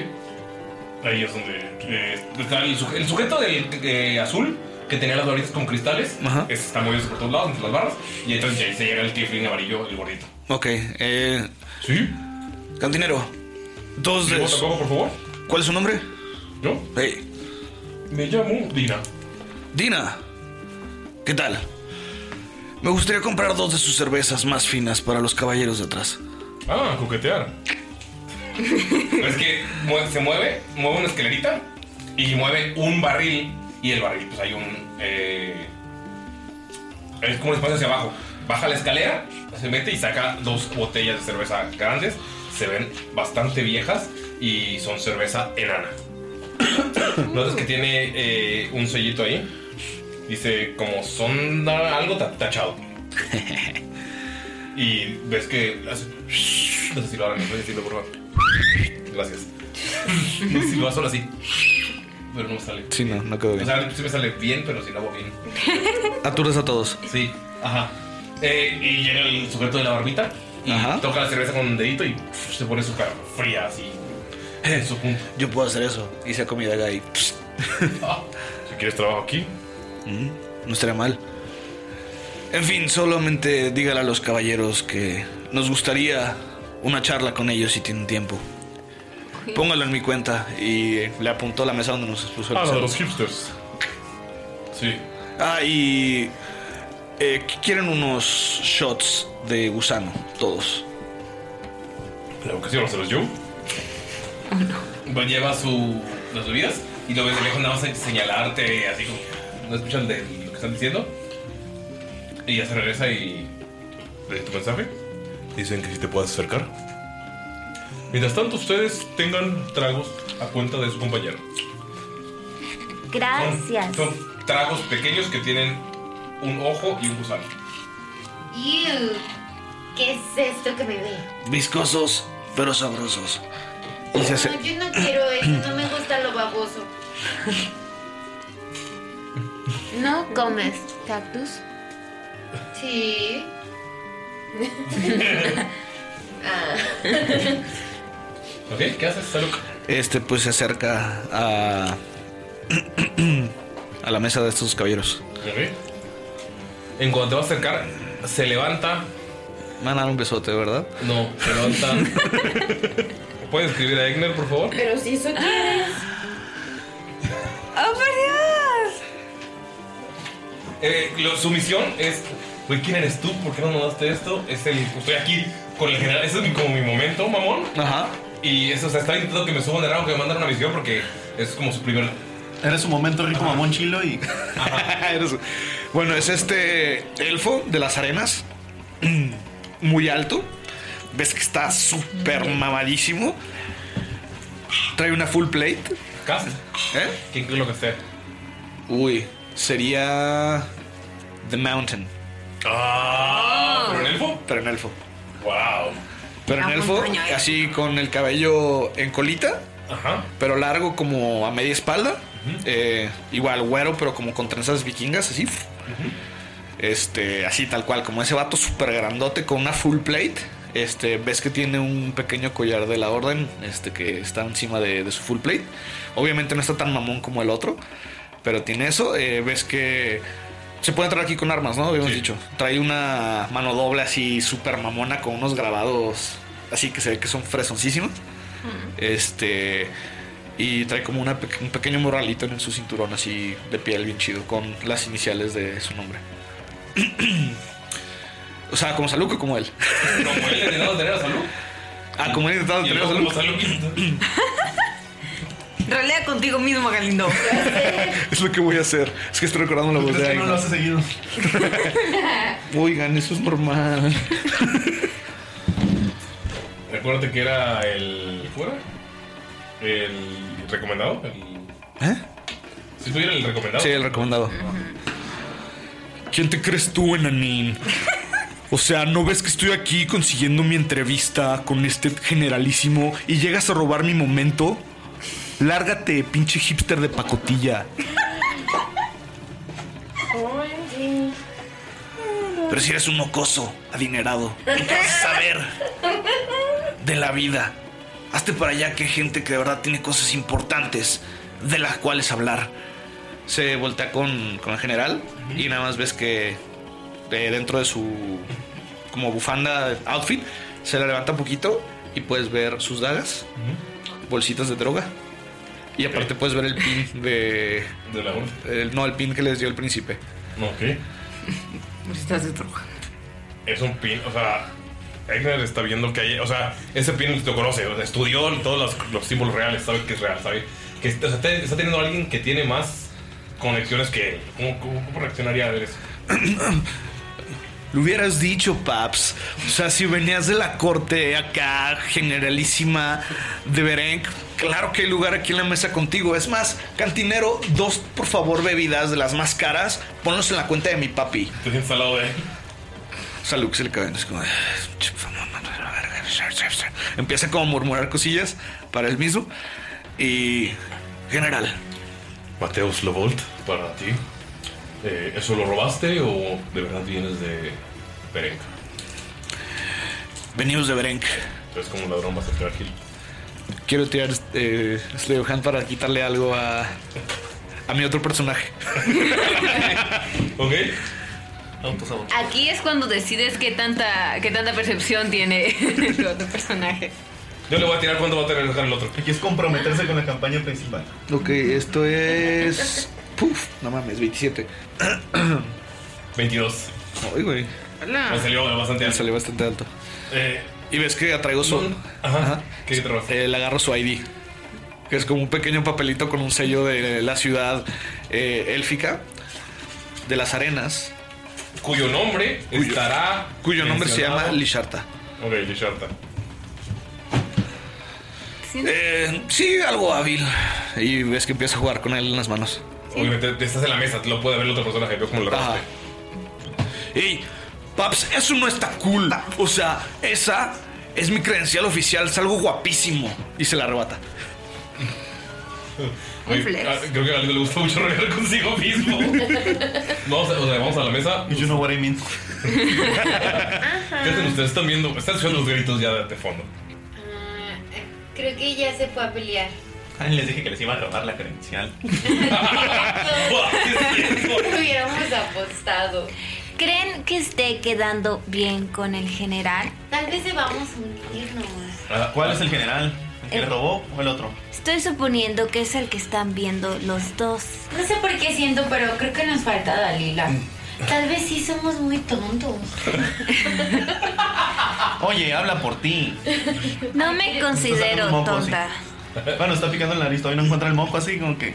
Ahí es donde eh, está el, suje- el sujeto del eh, azul que tenía las varitas con cristales. ese está moviéndose por todos lados, entre las barras. Y entonces ahí se llega el tiefling amarillo, el gordito. Ok. Eh, ¿Sí? Cantinero. Dos ¿Me de bota coco, por favor? ¿Cuál es su nombre? ¿Yo? Hey. Me llamo Dina. Dina, ¿qué tal? Me gustaría comprar dos de sus cervezas más finas para los caballeros de atrás. Ah, coquetear. es que mue- se mueve, mueve una escalerita y mueve un barril. Y el barril, pues hay un. eh, es como un espacio hacia abajo. Baja la escalera, se mete y saca dos botellas de cerveza grandes. Se ven bastante viejas y son cerveza enana. Notas que tiene eh, un sellito ahí. Dice como sonda algo ta- tachado. Y ves que. hace- No sé si lo hagan, no sé si lo por favor. Gracias. No sé si lo hago solo así. Pero no me sale. Sí, no, no quedó O bien. sea, sí me sale bien, pero si lo hago bien. Aturdes a todos. Sí, ajá. Eh, y llega el sujeto de la barbita y toca la cerveza con un dedito y pf, se pone súper fría así. En su punto. Yo puedo hacer eso. Hice comida acá y. Si quieres trabajo aquí. Mm, no estaría mal. En fin, solamente dígale a los caballeros que nos gustaría una charla con ellos si tienen tiempo. Póngalo en mi cuenta y eh, le apuntó la mesa donde nos puso el Ah, cerdo. los hipsters. Sí. Ah, y eh, quieren unos shots de gusano, todos. Claro que sí, vamos a los yo. Pues lleva su, las bebidas y lo ves de lejos nada más señalarte, así como no escuchan de lo que están diciendo. Y ya se regresa y lees tu mensaje. Dicen que si te puedes acercar. Mientras tanto, ustedes tengan tragos a cuenta de su compañero. Gracias. Son tragos pequeños que tienen un ojo y un gusano. Ew, ¿Qué es esto que me ve? Viscosos, pero sabrosos. Y se hace- No, yo no quiero eso, no me gusta lo baboso. ¿No comes cactus? Sí. Ah. ¿Ok? ¿Qué haces, Saluk? Este pues se acerca a a la mesa de estos caballeros. Ok. En cuanto te vas a acercar, se levanta. Me van a dar un besote, ¿verdad? No, se levanta. ¿Puedes escribir a Egner, por favor? Pero si eso quieres. ¡Oh, por Dios! ¡Oh, Eh, lo- su misión es, güey, ¿quién eres tú? ¿Por qué no mandaste esto? Es el, estoy aquí con el general, ese es mi- como mi momento, mamón. Ajá. Y eso, o sea, está intentando que me suban de rango, que me mandan una misión porque es como su primer... Era su momento rico mamón chilo y. Eres- bueno, es este elfo de las arenas. Muy alto. Ves que está súper mamadísimo. Trae una full plate. ¿Cast? ¿Eh? ¿Quién cree lo que esté? Uy, sería. The Mountain. ¡Ah! ¿Pero en elfo? Pero en elfo. ¡Wow! Pero en Ah, elfo, montaña. así con el cabello en colita. Ajá. Pero largo como a media espalda. Eh, igual güero, pero como con trenzas vikingas, así. Este, así tal cual, como ese vato súper grandote con una full plate. Este, ves que tiene un pequeño collar de la orden, este, que está encima de, de su full plate. Obviamente no está tan mamón como el otro, pero tiene eso. Eh, ves que se puede entrar aquí con armas, ¿no? Habíamos dicho. Trae una mano doble así súper mamona con unos grabados así que se ve que son fresoncísimos. Este. Y trae como una pe- un pequeño morralito en su cinturón, así de piel bien chido, con las iniciales de su nombre. o sea, como Saluco, como él. Como él intentado tener a salud. Ah, como él intentado Y tener a luego como Saluco. salud. Rolea contigo mismo, Galindo. Es lo que voy a hacer. Es que estoy recordando la voz de alguien. seguido. Oigan, eso es normal. Recuérdate que era el... ¿Fuera? El recomendado. El... ¿Eh? Si tuviera el recomendado. Sí, el recomendado. ¿Quién te crees tú, enanín? O sea, ¿no ves que estoy aquí consiguiendo mi entrevista con este generalísimo y llegas a robar mi momento? Lárgate, pinche hipster de pacotilla. Pero si eres un mocoso, adinerado, y quieres saber de la vida, hazte para allá que hay gente que de verdad tiene cosas importantes de las cuales hablar. Se voltea con, con el general y nada más ves que eh, dentro de su como bufanda, outfit, se la levanta un poquito y puedes ver sus dagas, bolsitas de droga. Y aparte puedes ver el pin de... ¿De la orden? el- no, el pin que les dio el príncipe. Ok. Estás de troja. Es un pin, o sea, Egner está viendo que hay, o sea, ese pin lo conoce, o sea, estudió todos los, los símbolos reales, sabe que es real, sabe que está, o sea, te- está teniendo alguien que tiene más conexiones que él. ¿Cómo, cómo- cómo reaccionaría a eso? Lo hubieras dicho, Paps. O sea, si venías de la corte acá, generalísima de Berenc, claro que hay lugar aquí en la mesa contigo. Es más, cantinero, dos, por favor, bebidas de las más caras, ponlos en la cuenta de mi papi. Te sientes al lado de él. O sea, Luke se le cae, es como, "Chupa, mamá, la verga". Empieza como a murmurar cosillas para él mismo. Y, general, Mateus Lobolt, para ti, eh, ¿eso lo robaste o de verdad vienes de Berenca? venimos de Berenc. Es como un ladrón bastante ágil. Quiero tirar eh, Slay of Hand para quitarle algo a, a mi otro personaje. ok. Aquí es cuando decides qué tanta, qué tanta percepción tiene el otro personaje. Yo le voy a tirar cuánto va a tener el otro. Aquí es comprometerse con la campaña principal. Ok, esto es. Puf, no mames, 27. 22. Ay, güey. Me salió bastante alto. salió bastante alto. Eh, y ves que atraigo su. Ajá. ¿Qué Eh, le agarro su ID. Que es como un pequeño papelito con un sello de la ciudad eh, élfica de las arenas. Cuyo nombre estará Cuyo nombre se mencionado. llama Lisharta. Ok, Lisharta. Eh, sí, algo hábil. Y ves que empieza a jugar con él en las manos. Obviamente te estás en la mesa, lo puede ver el otro personaje, veo como lo robaste. Ey, Paps, eso no está cool. O sea, esa es mi credencial oficial, es algo guapísimo. Y se la arrebata. Oye, ah, creo que a alguien le gusta mucho regalar consigo mismo. vamos, a, o sea, vamos a la mesa. You know what I mean. Ah. Fíjate, ustedes están viendo, están escuchando los gritos ya de, de fondo. Ah, Creo que ya se fue a pelear. Ay, les dije que les iba a robar la credencial. Ah, Hubiéramos apostado. ¿Creen que esté quedando bien con el general? Tal vez debamos unirnos. Ah, ¿Cuál es el general? ¿El que le robó o el otro? Estoy suponiendo que es el que están viendo los dos. No sé por qué siento, pero creo que nos falta Dalila. Tal vez sí somos muy tontos. Oye, habla por ti. No me considero moco, tonta. Bueno, está picando el nariz, todavía no encuentra el moco así, como que.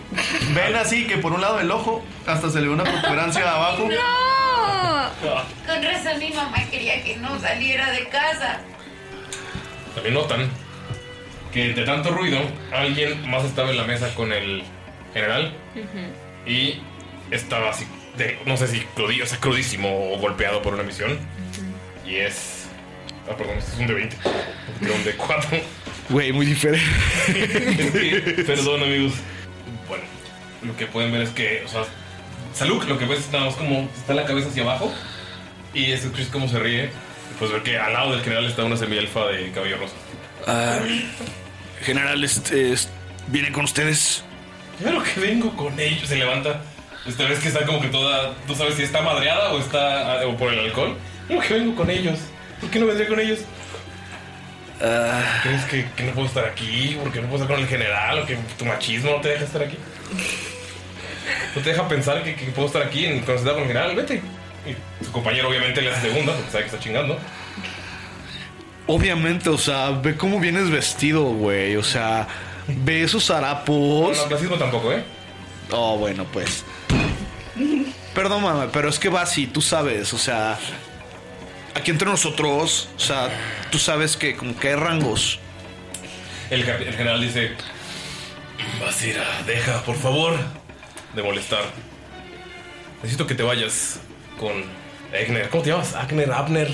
Ven así que por un lado del ojo hasta se le ve una protuberancia abajo. ¡No! Con razón mi mamá quería que no saliera de casa. También notan que de tanto ruido, alguien más estaba en la mesa con el general y estaba así, de, no sé si crudí- o sea, crudísimo o golpeado por una misión. Y es. Ah, perdón, este es un de 20. Era un de 4. Güey, muy diferente. Perdón, amigos. Bueno, lo que pueden ver es que, o sea, Saluk, lo que ves es nada más como está la cabeza hacia abajo y es Chris como se ríe. Pues ver que al lado del general está una semielfa de cabello rosa. Ah, general, este, es- viene con ustedes. Claro que vengo con ellos. Se levanta. Esta vez que está como que toda. No sabes si está madreada o está. ah, o por el alcohol. Claro que vengo con ellos. ¿Por qué no vendría con ellos? ¿Crees que, que no puedo estar aquí? ¿Por qué no puedo estar con el general? ¿O que tu machismo no te deja estar aquí? ¿No te deja pensar que, que puedo estar aquí en conocer con el general? Vete. Y su compañero obviamente le hace segunda porque sabe que está chingando. Obviamente, o sea, ve cómo vienes vestido, güey. O sea, ve esos harapos. No, clasismo tampoco, ¿eh? Oh, bueno, pues. Perdón, mamá, pero es que va así, tú sabes, o sea. Aquí entre nosotros, o sea, tú sabes que como que hay rangos. El, cap- el general dice: Basira, deja, por favor, de molestar. Necesito que te vayas con Egner. ¿Cómo te llamas? Agner, Abner.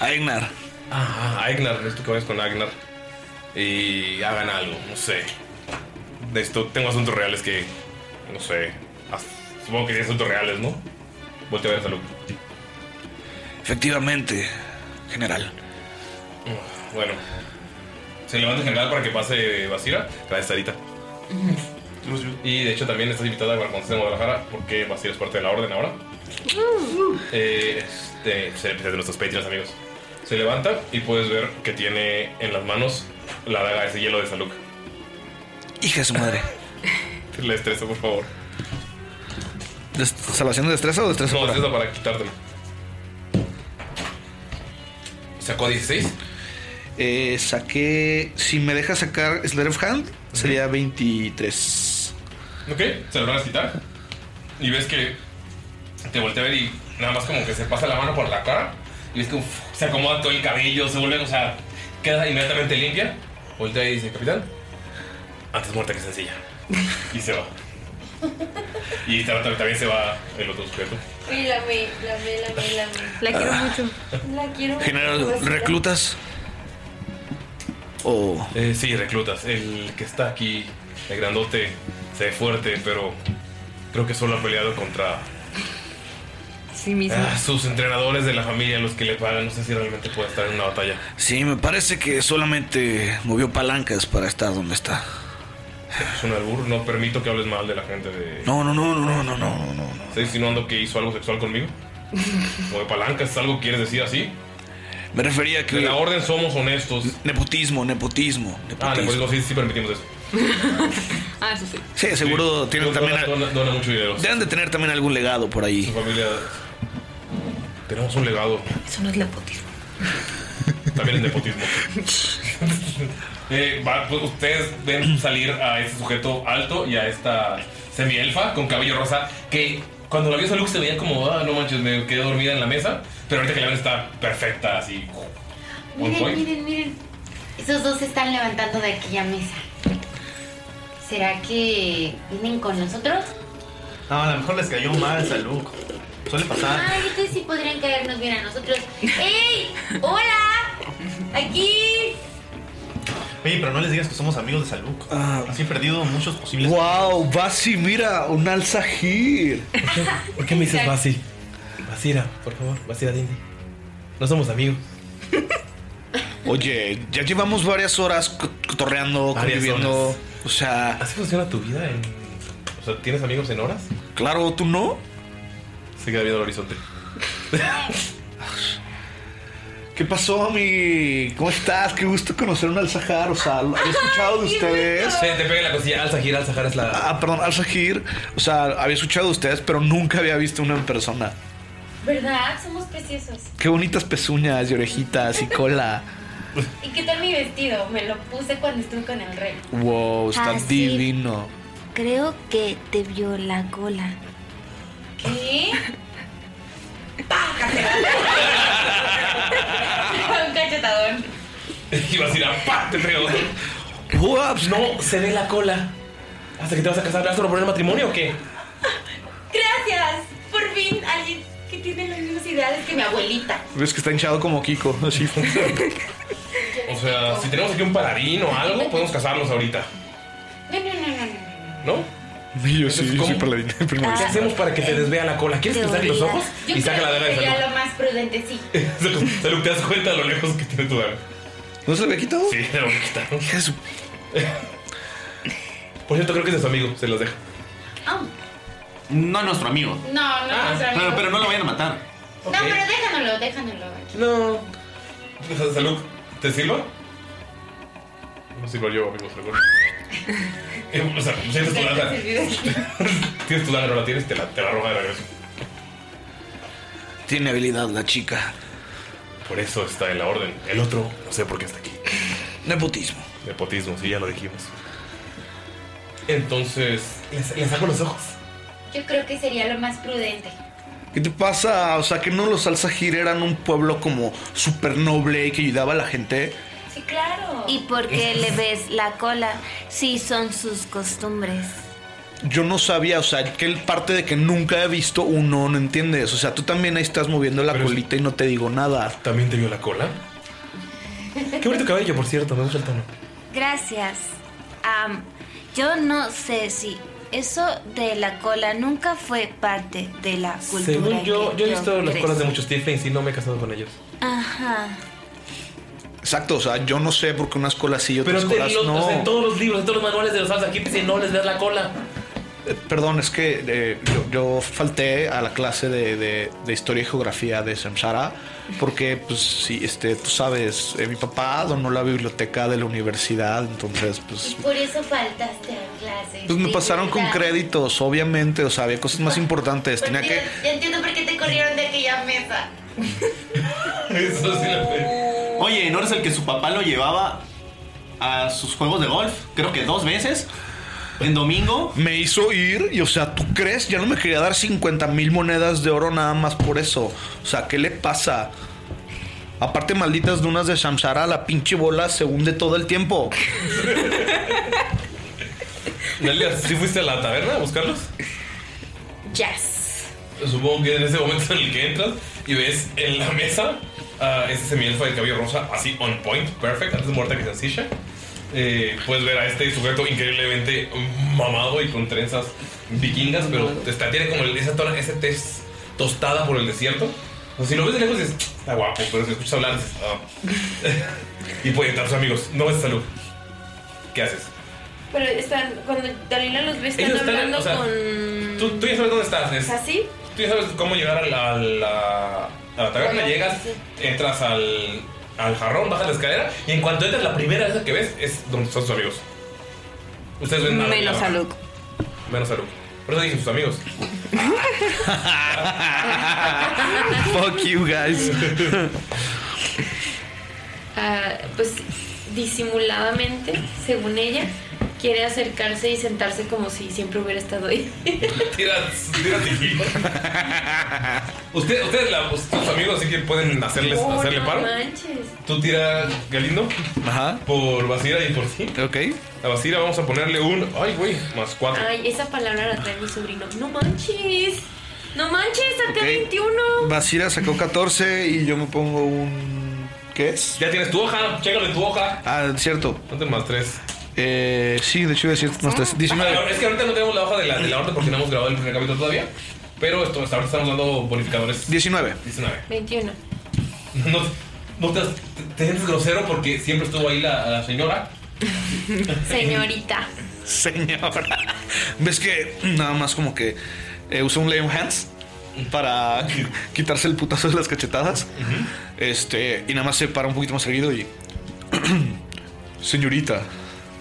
Agnar. Ah, Agnar. Necesito que vayas con Agnar y hagan algo, no sé. Necesito, tengo asuntos reales que, no sé, haz- Supongo que tienes asuntos reales, ¿no? Volteo a ver a Salud. Efectivamente, general. Bueno. Se levanta el general para que pase Basira. Gracias, Sarita. Mm. Y de hecho también estás invitada a Guarconces de Guadalajara porque Basira es parte de la orden ahora. Mm. Eh, este, se- de nuestros Patreons, amigos. Se levanta y puedes ver que tiene en las manos la daga de ese hielo de Saluk. Hija de su madre. Le estreso, por favor. Des- ¿Salvación de destreza o destreza No, pura? destreza para quitártelo. ¿Sacó 16? Eh, saqué. Si me deja sacar Slayer of Hand, sería 23. Ok, se lo van a quitar. Y ves que te voltea a ver y nada más como que se pasa la mano por la cara. Y ves que uf, se acomoda todo el cabello, se vuelve, o sea, queda inmediatamente limpia. Voltea y dice, capitán, antes muerta que sencilla. Y se va. Y esta otra también se va el otro sujeto. Uy, la me, la me, la me, la me. La quiero Ah. mucho. La quiero General, ¿reclutas? O. Eh, sí, reclutas. El que está aquí, el grandote, se ve fuerte, pero creo que solo ha peleado contra Sí mismo. ah, sus entrenadores de la familia, los que le pagan. No sé si realmente puede estar en una batalla. Sí, me parece que solamente movió palancas para estar donde está. Es un albur, no permito que hables mal de la gente de... No, no, no, no, no, no, no. no. ¿Estás insinuando que hizo algo sexual conmigo? ¿O de palancas? ¿Algo quieres decir así? Me refería a que. En la orden somos honestos. Nepotismo, nepotismo. nepotismo. Ah, nepotismo, sí, sí permitimos eso. Ah, eso sí. Sí, seguro tienen Dona- también. dona- dona mucho dinero. Deben de tener también algún legado por ahí. Su familia. Tenemos un legado. Eso no es nepotismo. También es nepotismo. Eh, va, pues, ustedes ven salir a este sujeto alto y a esta semielfa con cabello rosa que cuando la vio Saluk se veía como, ah, no manches, me quedé dormida en la mesa, pero ahorita que la ven está perfecta, así. on Miren, point. miren, miren. Esos dos se están levantando de aquella mesa. ¿Será que vienen con nosotros? No, a lo mejor les cayó mal salud. Suele pasar. Ay, Ah, entonces sí podrían caernos bien a nosotros. ¡Ey! ¡Hola! ¡Aquí! Oye, pero no les digas que somos amigos de salud. Ah. Así he perdido muchos posibles. ¡Wow! Basi, mira, un alzajir. ah. ¿Por qué me dices Basi? Basira, por favor, Basira Dindi. No somos amigos. Oye, ya llevamos varias horas co- cotorreando, Varias conviviendo. horas. O sea. ¿Así funciona tu vida? En... O sea, ¿tienes amigos en horas? Claro, tú no. Se queda viendo el horizonte. ¿Qué pasó, mi? ¿Cómo estás? Qué gusto conocer un alzajar. O sea, lo había escuchado de ustedes. Se te pega la cosilla. Al-Sahir, Al-Sahar es la. Ah, perdón, Al-Sahir. O sea, había escuchado de ustedes, pero nunca había visto una en persona. ¿Verdad? Somos preciosos. Qué bonitas pezuñas y orejitas y cola. ¿Y qué tal mi vestido? Me lo puse cuando estuve con el rey. Wow, está Ah, sí. divino. Creo que te vio la cola. ¿Qué? Un cachetadón. Iba a decir, ¡apá! Te pego. No, se ve la cola. ¿Hasta que te vas a casar? ¿Te vas a proponer matrimonio o qué? Gracias. Por fin alguien que tiene las mismas ideales que mi abuelita. Ves que está hinchado como Kiko. Así. O sea, si tenemos aquí un paladín o algo, podemos casarnos ahorita, No, no, no, no, no. ¿no? Y yo sí, yo soy paladín. primero. ¿Qué hacemos para que te desvea la cola? ¿Quieres que Te saque los obligas. ojos? Yo y saca creo la daga que de sería salud. Eh. lo más prudente, sí. Salud, Salud, te das cuenta de lo lejos que tiene tu daga. ¿No se lo había quitado? Sí, se lo había quitado. Por cierto, creo que es de su amigo, se los deja. Ah, No es nuestro amigo. no, no, Ah, no, nuestro amigo. Pero, pero no lo vayan a matar. No, pero déjanoslo, déjanoslo. No. Salud, ¿te sirvo? No sirvo yo, amigo, salud. Eh, O sea, sientes tu daga. Tienes tu daga, no la tienes, te la, te la roba de regreso. Tiene habilidad la chica. Por eso está en la orden. El otro, no sé por qué está aquí. Nepotismo. Nepotismo, sí, ya lo dijimos. Entonces, le, saco los ojos. Yo creo que sería lo más prudente. ¿Qué te pasa? O sea, que no los Alzajir eran un pueblo como súper noble y que ayudaba a la gente. Sí, claro. ¿Y por qué le ves la cola? Sí, son sus costumbres. Yo no sabía, o sea, que el parte de que nunca he visto uno, no entiendes. O sea, tú también ahí estás moviendo la colita y no te digo nada. ¿También te vio la cola? Qué bonito cabello, por cierto, me gusta el tono. Gracias. Am, yo no sé si eso de la cola nunca fue parte de la cultura. Según yo, que yo he visto las crecí. colas de muchos tieflings y no me he casado con ellos. Ajá. Exacto, o sea, yo no sé por qué unas colas sí y Pero otras te- colas los- no. en todos los libros, en todos los manuales de los fans aquí dicen no les veas la cola. Eh, Perdón, es que eh, yo, yo falté a la clase de, de- de historia y geografía de Samsara porque, pues, sí, este, tú sabes, eh, mi papá donó la biblioteca de la universidad, entonces, pues, Por eso faltaste a clases. pues me Sí, pasaron con ya. créditos, obviamente, o sea, había cosas más importantes, tenía que... Pues Ya entiendo por qué te corrieron de aquella mesa. Eso sí lo Oye, ¿no eres el que su papá lo llevaba a sus juegos de golf? Creo que dos veces. En domingo. Me hizo ir y, o sea, ¿tú crees? Ya no me quería dar 50 mil monedas de oro nada más por eso. O sea, ¿qué le pasa? Aparte, malditas dunas de Shamsara, la pinche bola se hunde todo el tiempo. Delia, ¿sí fuiste a la taberna a buscarlos? Yes. Supongo que en ese momento en el que entras y ves en la mesa a este semielfo de cabello rosa, así on point, perfect, antes muerta que sencilla. Eh, puedes ver a este sujeto increíblemente mamado y con trenzas vikingas, pero está, tiene como el- esa tona, ese tez tostada por el desierto. O sea, si lo ves de lejos, dices, está guapo, pero si escuchas hablar, dices, "Ah". y pueden estar tus amigos, no es salud. ¿Qué haces? Pero están, cuando Dalila los ve, están Ellos están, hablando o sea, con. Tú, tú ya sabes dónde estás. es- ¿Así? Tú ya sabes cómo llegar a la, a la- a la taberna, Bueno, llegas, sí. entras al, al jarrón, bajas la escalera y en cuanto entras la primera vez que ves es donde están sus amigos. Ustedes ven a- Menos a- a Luke. Menos a Luke. Por eso dicen sus amigos. Fuck you guys. Ah, pues disimuladamente, según ella, quiere acercarse y sentarse como si siempre hubiera estado ahí. Tira, tira sigilo. Usted- Ustedes, la- sus amigos, así que pueden hacerles, Oh, hacerle no paro. manches. Tú tira Galindo. Por Basira y por ti. Ok. A Basira vamos a ponerle un. Ay, güey. Más cuatro. Ay, esa palabra la trae mi sobrino. No manches. No manches, saqué Ok. 21. Basira sacó 14 y yo me pongo un. ¿Qué es? Ya tienes tu hoja, chécalo en tu hoja. Ah, cierto. ¿Dónde más 3? Eh, sí, de hecho iba a decir más 3. 19. Ah, es que ahorita no tenemos la hoja de la, de la orden porque no hemos grabado el primer capítulo todavía. Pero esto, hasta ahorita estamos dando bonificadores. 19. 19. 21. No, no te, te sientes grosero porque siempre estuvo ahí la, la señora. Señorita. Señora. ¿Ves que nada más como que eh, usó un Lion Hands para quitarse el putazo de las cachetadas? Este, y nada más se para un poquito más seguido y. Señorita,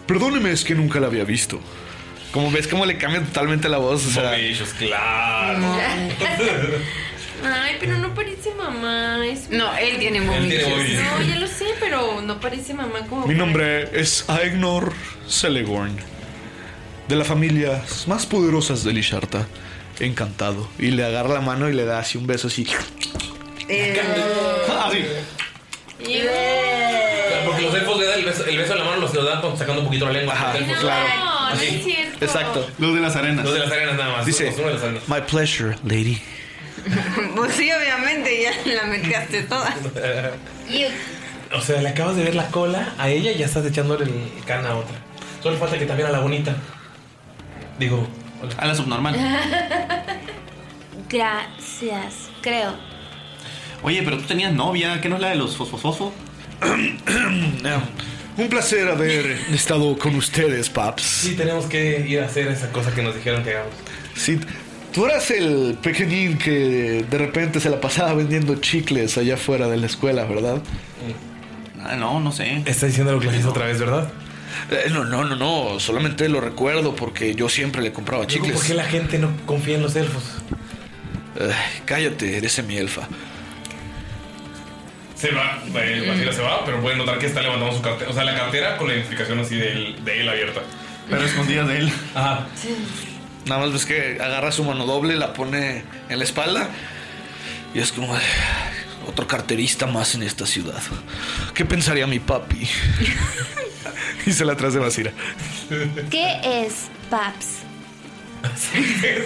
perdóneme, es que nunca la había visto. Como ves, cómo le cambia totalmente la voz. O sea, claro. Ay, pero no parece mamá. Es No, él tiene movilidad. tiene movilidad. No, ya lo sé, pero no parece mamá como. Mi nombre es Aegnor Celegorn, de las familias más poderosas de Lisharta. Encantado. Y le agarra la mano y le da así un beso así. Eh. Así. Porque los elfos le dan el beso, el beso en la mano, los lo dan con- sacando un poquito la lengua. Los elfos. claro. No, no Así. es cierto. Exacto. Los de las arenas. Los de las arenas nada más. Dice, Los de las arenas. My pleasure, lady. Pues sí, obviamente, ya la mezclaste toda. O sea, le acabas de ver la cola a ella y ya estás echándole el can a otra. Solo falta que también a la bonita. Digo, a la subnormal. Gracias, creo. Oye, pero tú tenías novia, que no es la de los fosfosfosfo. Un placer haber estado con ustedes, paps. Sí, tenemos que ir a hacer esa cosa que nos dijeron que hagamos. Sí, tú eras el pequeñín que de repente se la pasaba vendiendo chicles allá afuera de la escuela, ¿verdad? Ah, no, no sé. Está diciendo lo que hizo otra vez, ¿verdad? Eh, no, no, no, no. Solamente lo recuerdo porque yo siempre le compraba Luego, chicles. ¿por qué la gente no confía en los elfos? Ay, cállate, eres mi elfa. Se va, eh, Basila se va, pero pueden notar que está levantando su cartera. O sea, la cartera con la identificación así de él, de él abierta. Pero escondida de él. Ajá. Nada más ves que agarra su mano doble, la pone en la espalda y es como "Ay, otro carterista más en esta ciudad. ¿Qué pensaría mi papi? y se la atrás de Basira. ¿Qué es PAPS?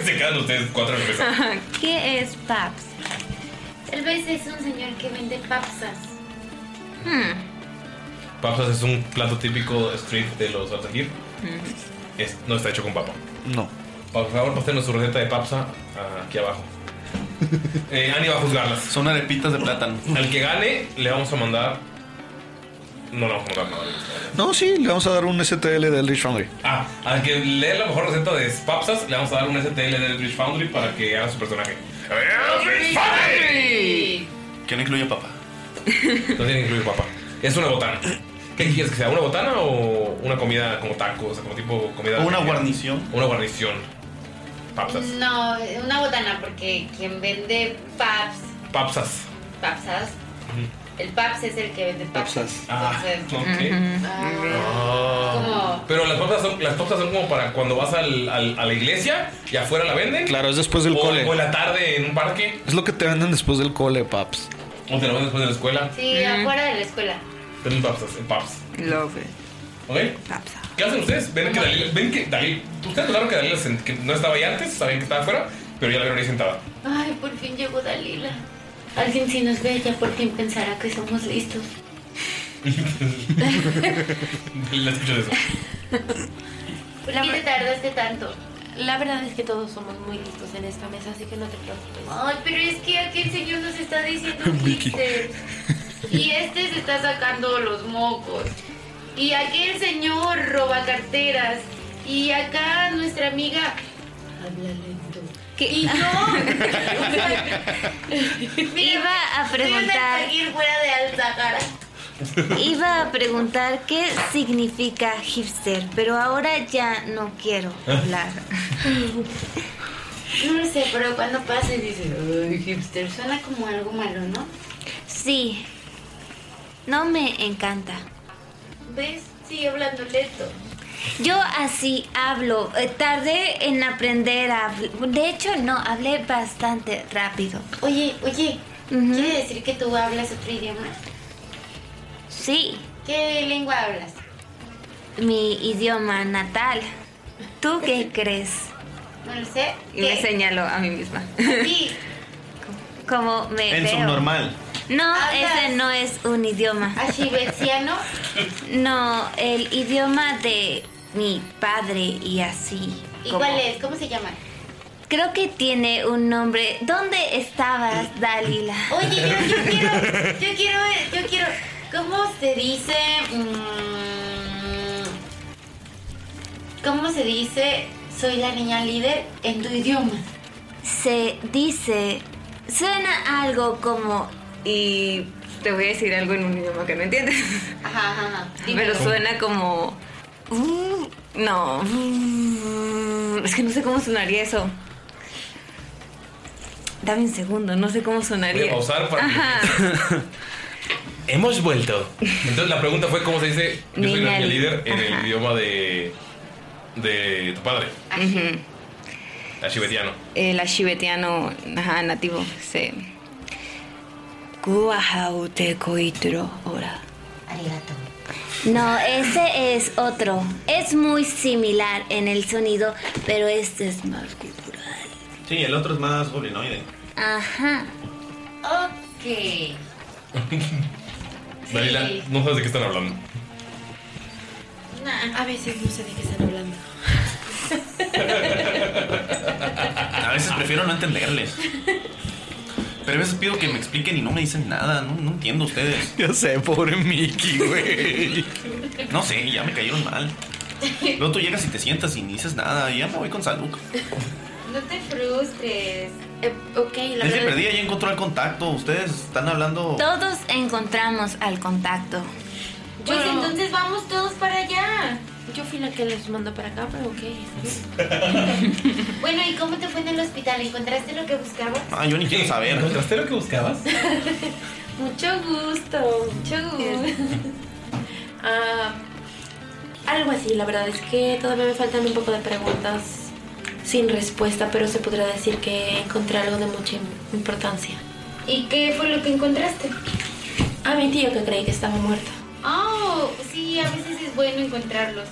se quedan ustedes cuatro en la mesa. ¿Qué es PAPS? Tal vez es un señor que vende papsas. Hmm. Papas es un plato típico street de los Altagir. Es- Mm. no está hecho con papa. No. Por favor, pásenos su receta de papsa ah, aquí abajo. Eh, Ani va a juzgarlas. Son arepitas de plátano. Al que gane, le vamos a mandar. No le vamos a mandar nada. No, sí, le vamos a dar un STL del Rich Foundry. Ah, al que lee la mejor receta de papsas, le vamos a dar un STL del Rich Foundry para que haga su personaje. Que no incluye papá. No tiene que incluir papá. Es una botana. ¿Qué quieres que sea? ¿Una botana o una comida como tacos? O sea, como tipo comida. O una guarnición. Una guarnición. Papsas. No, una botana, porque quien vende paps, Papsas. papsas, el paps es el que vende paps. Ah, Entonces, ok. Ah. Pero las papas son, las papas son como para cuando vas al- al- a la iglesia y afuera la venden. Claro, es después del o, cole. O en la tarde en un parque. Es lo que te venden después del cole, paps. O te lo venden después de la escuela. sí, afuera de la escuela. Venden papsas, en paps. Love. ¿Ok? ¿Qué hacen ustedes? Ven que Dalila. Ven que Dalila. Ustedes notaron que Dalila sent- que no estaba ahí antes, sabían que estaba afuera, pero ya la vieron ahí sentada. Ay, por fin llegó Dalila. Alguien si nos ve ya por fin pensará que somos listos. Dalila escucha eso. ¿Por qué te tardaste tanto? La verdad es que todos somos muy listos en esta mesa, así que no te preocupes. Ay, pero es que aquel señor nos está diciendo Vicky. chistes. Y este se está sacando los mocos. Y aquel señor roba carteras. Y acá nuestra amiga habla lento. Y yo Iba a preguntar. fuera de Alzahara. Iba a preguntar qué significa hipster, pero ahora ya no quiero hablar. No lo sé, pero cuando pasa y dice, ay, hipster, suena como algo malo, ¿no? Sí, no me encanta. ¿Ves? Sigue hablando lento. Yo así hablo. eh, Tardé en aprender a habl- De hecho, no, hablé bastante rápido. Oye, oye, ¿quiere decir que tú hablas otro idioma? Sí, ¿Qué lengua hablas? mi idioma natal. ¿Tú qué crees? No lo sé. Y me señalo a mí misma. Como me En veo. subnormal. No, ese no es un idioma. ¿Ashibesiano? No, el idioma de mi padre y así. ¿Y como- cuál es? ¿Cómo se llama? Creo que tiene un nombre. ¿Dónde estabas, Dalila? Oye, yo, yo quiero, Oh, yo quiero, eh, yo quiero. ¿Cómo se dice? Mm, ¿Cómo se dice? Soy la niña líder en tu idioma. Se dice. Suena algo como. Y te voy a decir algo en un idioma que no entiendes. Ajá, ajá, ajá. Pero suena como. "Mm, No. mm, Es que no sé cómo sonaría eso. Dame un segundo, no sé cómo sonaría. Voy a pausar para que- Ajá. Hemos vuelto. Entonces la pregunta fue cómo se dice yo soy Niña la niña li- líder en Ajá. el idioma de de tu padre, Ujú. la chibetiano. El ashibetiano ajá, nativo. Sí. Guajautecoitro. Ahora. No, ese es otro. Es muy similar en el sonido, pero este es más. Sí, el otro es más goblinoide. Ajá. Ok. Dalila, no sabes de qué están hablando. A veces no sé de qué están hablando. A veces prefiero no entenderles. Pero a veces pido que me expliquen y no me dicen nada. No, no entiendo ustedes. Ya sé, pobre Mickey, güey. No sé, ya me cayeron mal. Luego tú llegas y te sientas y ni dices nada. Y ya me voy con salud. No te frustres. ok, Desde perdí perdida ya encontró el contacto. Ustedes están hablando. Todos encontramos al contacto. Pues entonces vamos todos para allá. Yo fui la que los mandó para acá, pero ok. está Bueno, ¿y cómo te fue en el hospital? ¿Encontraste lo que buscabas? Ah, yo ni quiero saber. ¿Encontraste lo que buscabas? bien. Mucho gusto, mucho gusto. Ah, algo así, la verdad es que todavía me faltan un poco de preguntas sin respuesta, pero se podría decir que encontré algo de mucha im- importancia. ¿Y qué fue lo que encontraste? A mi tío que creí que estaba muerto. Oh, sí, a veces es bueno encontrarlos.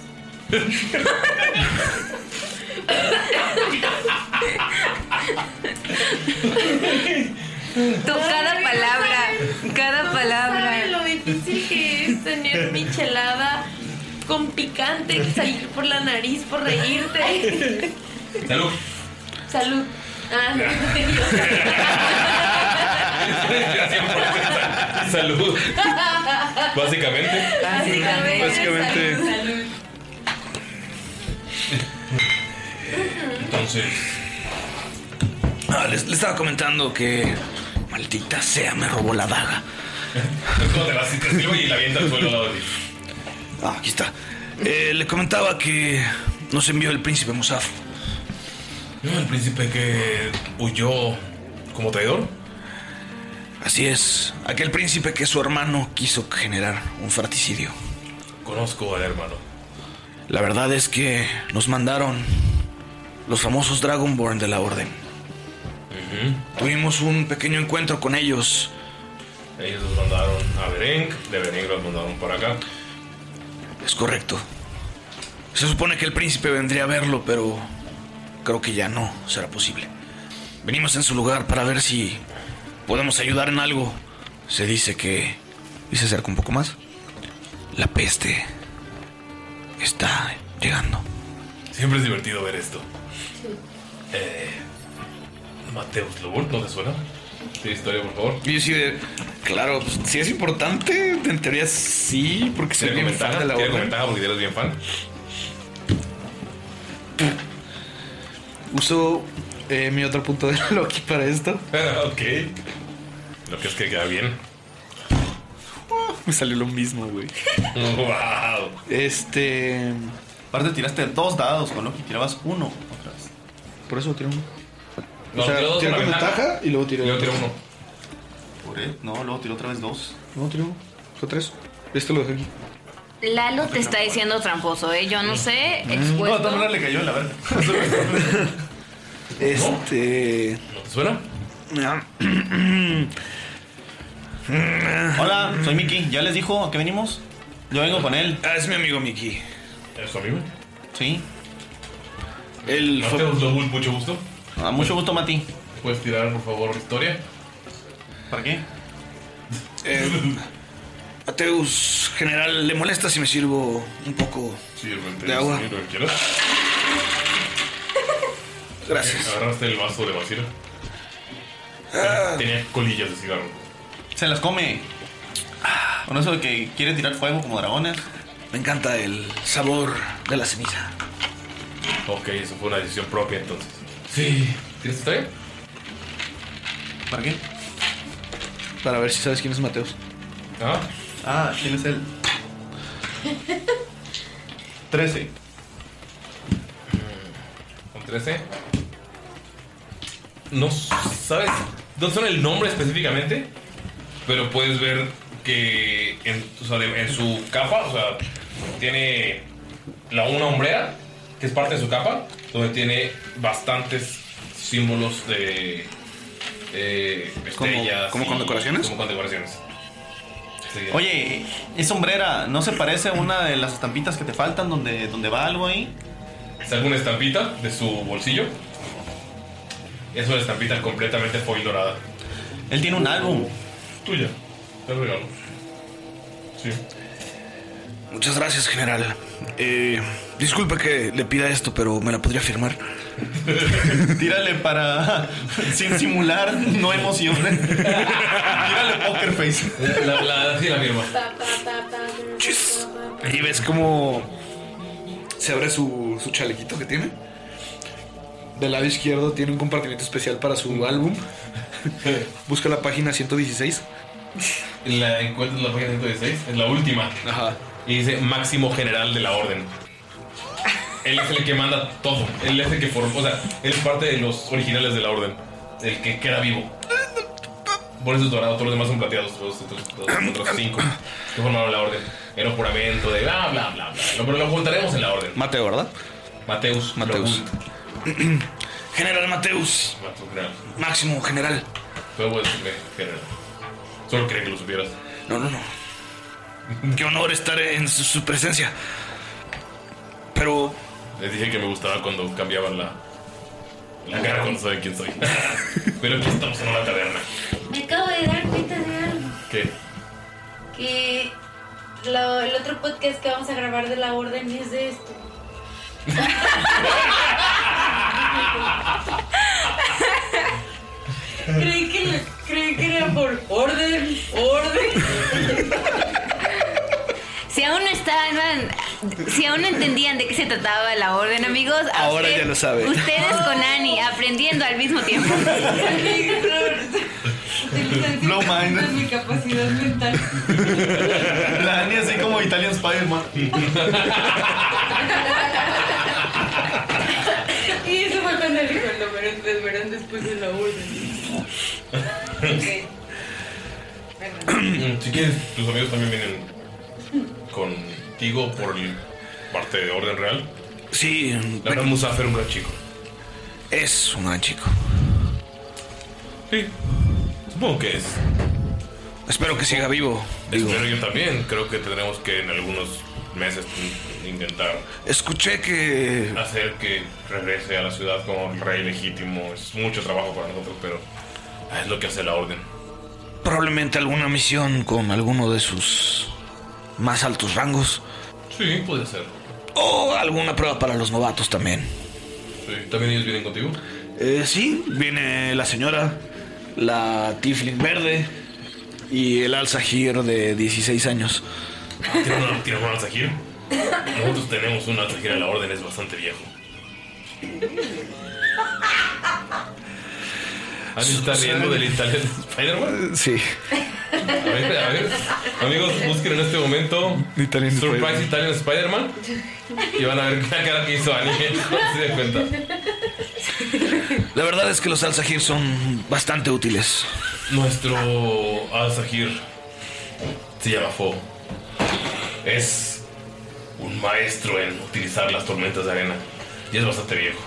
Tú, cada palabra, cada No palabra. saben lo difícil que es tener michelada con picante, salir por la nariz por reírte. Salud. Salud. Ah, Salud. Básicamente. Básicamente. Básicamente. Salud, salud. Entonces. Ah, les, les estaba comentando que. Maldita sea, me robó la daga. ¿Cómo te vas? Y te sirvo y la avienta al suelo al lado de ti. Ah, aquí está. Eh, le comentaba que nos envió el príncipe Musaf. No, el príncipe que huyó como traidor. Así es, aquel príncipe que su hermano quiso generar un fratricidio. Conozco al hermano. La verdad es que nos mandaron los famosos Dragonborn de la Orden. Tuvimos un pequeño encuentro con ellos. Ellos los mandaron a Berenk, de Berenk los mandaron para acá. Es correcto. Se supone que el príncipe vendría a verlo, pero creo que ya no será posible. Venimos en su lugar para ver si podemos ayudar en algo. Se dice que... Y se acerca un poco más. La peste está llegando. Siempre es divertido ver esto. Eh, Mateus Lobur, ¿no te suena? Sí, historia, por favor. Y yo sí de... Claro, pues, si es importante, en teoría sí, porque soy Tiene bien fan ventaja, de la tiene orden. ventaja porque eres bien fan. Uso eh, mi otro punto de Loki para esto. ok. Lo que es que queda bien. Me Pues salió lo mismo, güey. wow. Este. Aparte, tiraste dos dados con Loki, tirabas uno otra vez. Por eso tiré uno. No, tiró dos tiré con la ventaja. y luego tiré Luego tiró uno. Por él. No, luego tiró otra vez dos. No, tiré uno. Fue tres. Esto lo dejé aquí. Lalo te está diciendo tramposo, ¿eh? Yo no sé. No, Expuesto. de todas le cayó en la verga. Este. ¿No te suena? Hola, soy Miki. ¿Ya les dijo a qué venimos? Yo vengo con él. Ah, es mi amigo Miki. ¿Es tu amigo? Sí. Él Mateus Lobur, mucho gusto. Ah, mucho gusto, Mati. ¿Puedes tirar, por favor, historia? ¿Para qué? Mateus, Eh, general, ¿le molesta si me sirvo un poco de agua? Sí, lo que quieras. Gracias. Agarraste el vaso de basura. Ah. Tenía colillas de cigarro. Se las come. Con eso de que quiere tirar fuego como dragones. Me encanta el sabor de la ceniza. Ok, eso fue una decisión propia entonces. Sí. ¿Tienes historia? ¿Para qué? Para ver si sabes quién es Mateus. Ah. Ah, ¿quién es él? 13. Con 13. No s- sabes, no son el nombre específicamente, pero puedes ver que en, o sea, de- en su capa, o sea, tiene la una hombrera, que es parte de su capa, donde tiene bastantes símbolos de eh, estrellas. cómo y- condecoraciones? Como condecoraciones. Sí, ya. Oye, es sombrera, ¿no se parece a una de las estampitas que te faltan donde, donde va algo ahí? Saca una estampita de su bolsillo. Es una estampita completamente foil dorada. Él tiene un álbum. Tuya. Te regalo. Sí. Muchas gracias, general. Eh, disculpe que le pida esto, pero ¿me la podría firmar? Tírale para. sin simular, no emoción. Tírale poker face. La, la, sí, la firma. Y ves cómo se abre su, su chalequito que tiene. Del lado izquierdo tiene un compartimiento especial para su álbum. Busca la página 116. La encuentras en la página 116, es la última. Ajá. Y dice máximo general de la orden. Él es el que manda todo. Él es el que formó, o sea, él es parte de los originales de la orden. El que queda vivo. Por eso es dorado, todos los demás son plateados. Los otros, los otros cinco que formaron la orden. Era un juramento de bla, bla, bla, bla. No, pero lo juntaremos en la orden. Mateo, ¿verdad? Mateus. Mateus. General Mateus. Mateus, general. Máximo general. Pero voy a decirle general. Solo quería que lo supieras. No, no, no. Qué honor estar en su, su presencia. Pero Les dije que me gustaba cuando cambiaban la, la cara cuando saben quién soy. Pero aquí estamos en una taberna. Me acabo de dar cuenta de algo. ¿Qué? Que lo- el otro podcast que vamos a grabar de la orden es de esto. Creí que, creí que era por orden, orden. Si aún no estaban, si aún no entendían de qué se trataba la orden, amigos, a Ahora ya lo saben. Ustedes con Ani aprendiendo al mismo tiempo. No mind. Es mi capacidad mental. La Dani así como Italian Spider-Man. Y eso fue cuando dijo, lo verán, lo verán después de la orden. Mm, si quieres, tus amigos también vienen contigo por el- parte de Orden Real. Sí. La gran Musafir, un gran chico. Es un gran chico. Sí. Supongo que es. Espero que siga vivo. Digo, Pero yo también creo que tendremos que en algunos meses in- intentar escuché que hacer que regrese a la ciudad como el rey legítimo. Es mucho trabajo para nosotros, pero es lo que hace la orden. probablemente alguna misión con alguno de sus más altos rangos. Sí, puede ser. O alguna prueba para los novatos también. Sí. ¿También ellos vienen contigo? Eh, sí, viene la señora, la Tiflin verde y el alzajir de 16 años. ¿Tienen un, tienen un alzajir? Nosotros tenemos un alzajir a la orden, es bastante viejo. ¿Han está riendo del Italian Spider-Man? Sí. A ver, a ver. Amigos, busquen en este momento Surprise Italian Spider-Man y van a ver la cara que hizo Annie. No se den cuenta. La verdad es que los alzajir son bastante útiles. Nuestro Al-Sahir se llama Fo. Es un maestro en utilizar las tormentas de arena. Y es bastante viejo.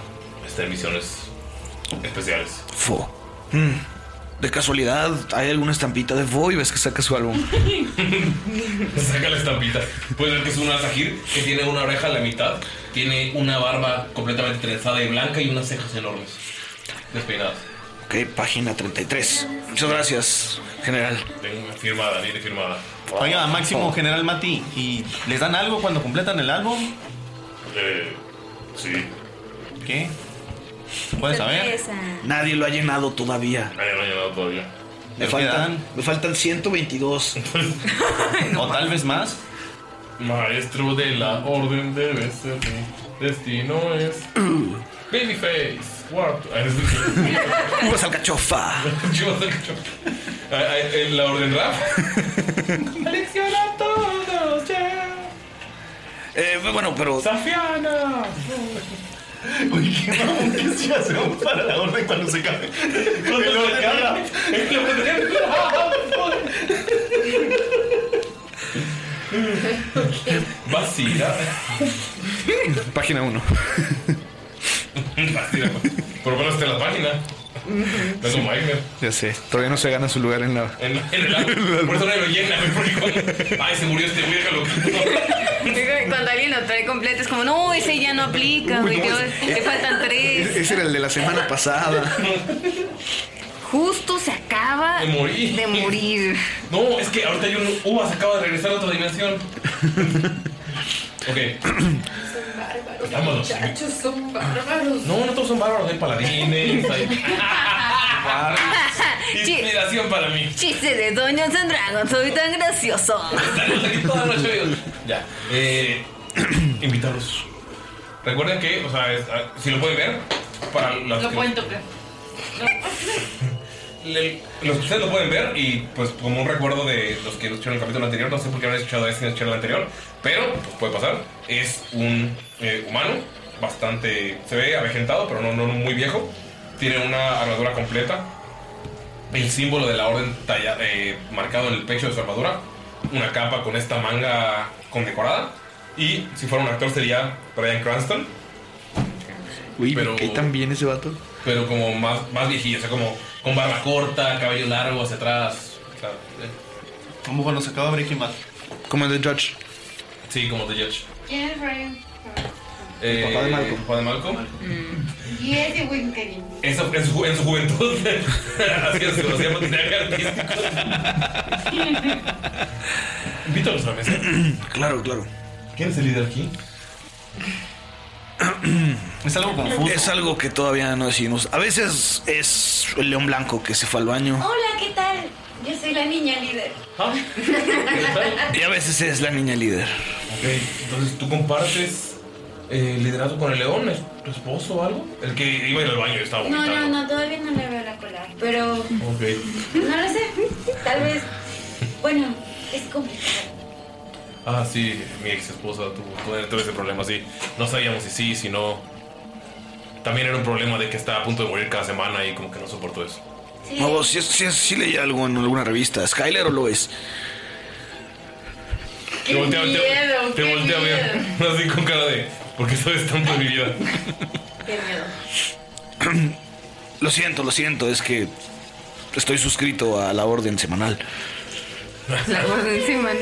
Está en misiones especiales. Fo. Mm. De casualidad, ¿hay alguna estampita de Fo y ves que saca su álbum? Mm. Saca la estampita. Puedes ver que es un Al-Sahir que tiene una oreja a la mitad. Tiene una barba completamente trenzada y blanca y unas cejas enormes. Despeinadas. Ok, página 33. Muchas gracias, general. Tengo una firmada, viene firmada. Oiga, Máximo General Mati, ¿y les dan algo cuando completan el álbum? Eh, sí. ¿Qué? ¿Puedes saber? uh, Nadie lo ha llenado todavía. Nadie lo ha llenado todavía. Me ¿Nos faltan, quedan? me faltan 122. ¿O tal vez más? Maestro de la orden debe ser mi destino es. Babyface, Warp. Uvas al cachofa. En la orden rap. Colecciona todos, ya. Eh, bueno, pero. Zafiana. Uy, qué mamón que se hace un para la orden cuando se cae. Cuando se cae. Vacila. Página 1. Vacila. Por lo menos está en la página. No es como Wagner. Ya sé, todavía no se gana su lugar en la. En, en el álbum. Por eso nadie lo llena, güey, porque cuando- Ay, se murió este güey, déjalo. Cuando alguien lo trae completo es como, no, ese ya no aplica, güey, Uy, no, que- le faltan tres. Ese era el de la semana pasada. Justo se acaba De morir. de morir. No, es que ahorita hay un uvas acaba de regresar a otra dimensión. Ok. Vámonos. Muchachos son bárbaros. No, no todos son bárbaros, hay paladines, hay Chi- inspiración para mí. Chiste de Doña Sandrago, soy tan gracioso. Toda la noche, amigos. Ya. Eh, invitarlos. Recuerden que, o sea, es- ah, si lo pueden ver, para las Lo que- pueden tocar. le- los que ustedes lo pueden ver y pues como un recuerdo de los que escucharon el capítulo anterior, no sé por qué no han escuchado este ni escucharon el anterior, pero pues puede pasar. Es un eh, humano bastante, se ve avejentado, pero no, no muy viejo. Tiene una armadura completa, el símbolo de la orden talla- eh, marcado en el pecho de su armadura, una capa con esta manga condecorada y si fuera un actor sería Brian Cranston. Uy, Pero- pero... ¿qué tan bien ese vato? pero como más, más viejillo, o sea, como con barba corta, cabello largo hacia atrás. o sea, eh, Como cuando se acaba Breaking Bad. Como el de Judge. sí, como The Judge. ¿Quién es Brian? Eh, papá de Malcolm. papá de Malcolm. Y ese Winkerin. En su, en su- en su juventud. Así que se conocía por tener artístico. Invítalos a la mesa. Claro, claro. ¿Quién es el líder aquí? Es algo confuso. Es algo que todavía no decidimos. A veces es el león blanco que se fue al baño. Hola, ¿qué tal? Yo soy la niña líder. Y a veces es la niña líder. Ok, entonces tú compartes eh, liderazgo con el león, ¿Es tu esposo o algo. El que iba a ir al baño y estaba No, vomitando. no, no, todavía no le veo la cola. Pero Ok. no lo sé. Tal vez. Bueno, es complicado. Ah, sí, mi ex esposa tuvo, tuvo ese problema, sí. No sabíamos si sí, si no. También era un problema de que estaba a punto de morir cada semana y como que no soportó eso. No, si, si, si leí algo en alguna revista. ¿Skyler o lo es? Te voltea, te- miedo, te qué voltea a ver, así con cara de, ¿por qué sabes tanto de mi vida? Qué miedo. Lo siento, lo siento. Es que estoy suscrito a la orden semanal. La orden semanal.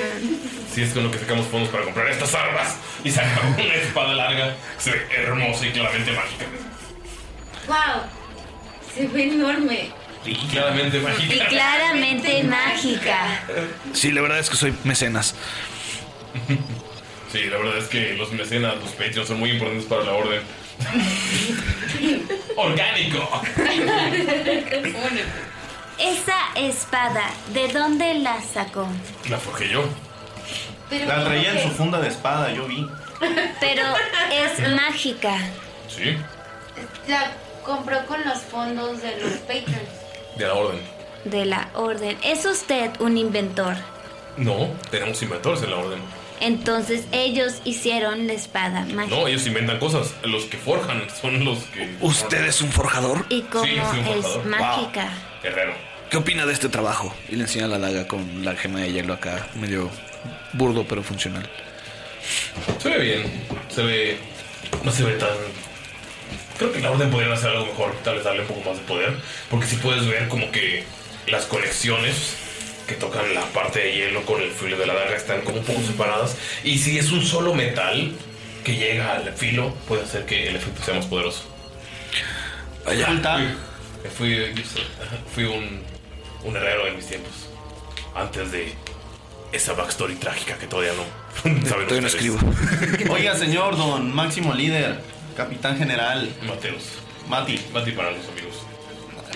Sí, es con lo que sacamos fondos para comprar estas armas y saca una espada larga, que se ve hermosa y claramente mágica. ¡Wow! Se ve enorme. Y claramente Y mágica. claramente mágica. Sí, la verdad es que soy mecenas. Sí, la verdad es que los mecenas, los Patreons son muy importantes para la orden. ¡Orgánico! Esa espada, ¿de dónde la sacó? La forjé yo. Pero, La traía en su funda de espada, yo vi. Pero es mágica. Sí, La compró con los fondos de los Patreons. de la orden. De la orden. ¿Es usted un inventor? No, tenemos inventores en la orden. Entonces ellos hicieron la espada mágica. No, ellos inventan cosas. Los que forjan son los que. ¿Usted es un forjador? Y como Sí, soy un es forjador. mágica. Guerrero. ¿Qué opina de este trabajo? Y le enseña la daga con la gema de hielo acá, medio burdo pero funcional. Se ve bien. Se ve. No se ve tan. Creo que la orden podría hacer algo mejor. Tal vez darle un poco más de poder. Porque si puedes ver como que las conexiones que tocan la parte de hielo con el filo de la daga están como un poco separadas. Y si es un solo metal que llega al filo, puede hacer que el efecto sea más poderoso. Allá. Fui, fui, fui un, un herrero en mis tiempos. Antes de esa backstory trágica que todavía no saben Todavía no ustedes. escribo. Oiga, señor, don máximo líder, capitán general. Mateos. Mati. Mati para los amigos.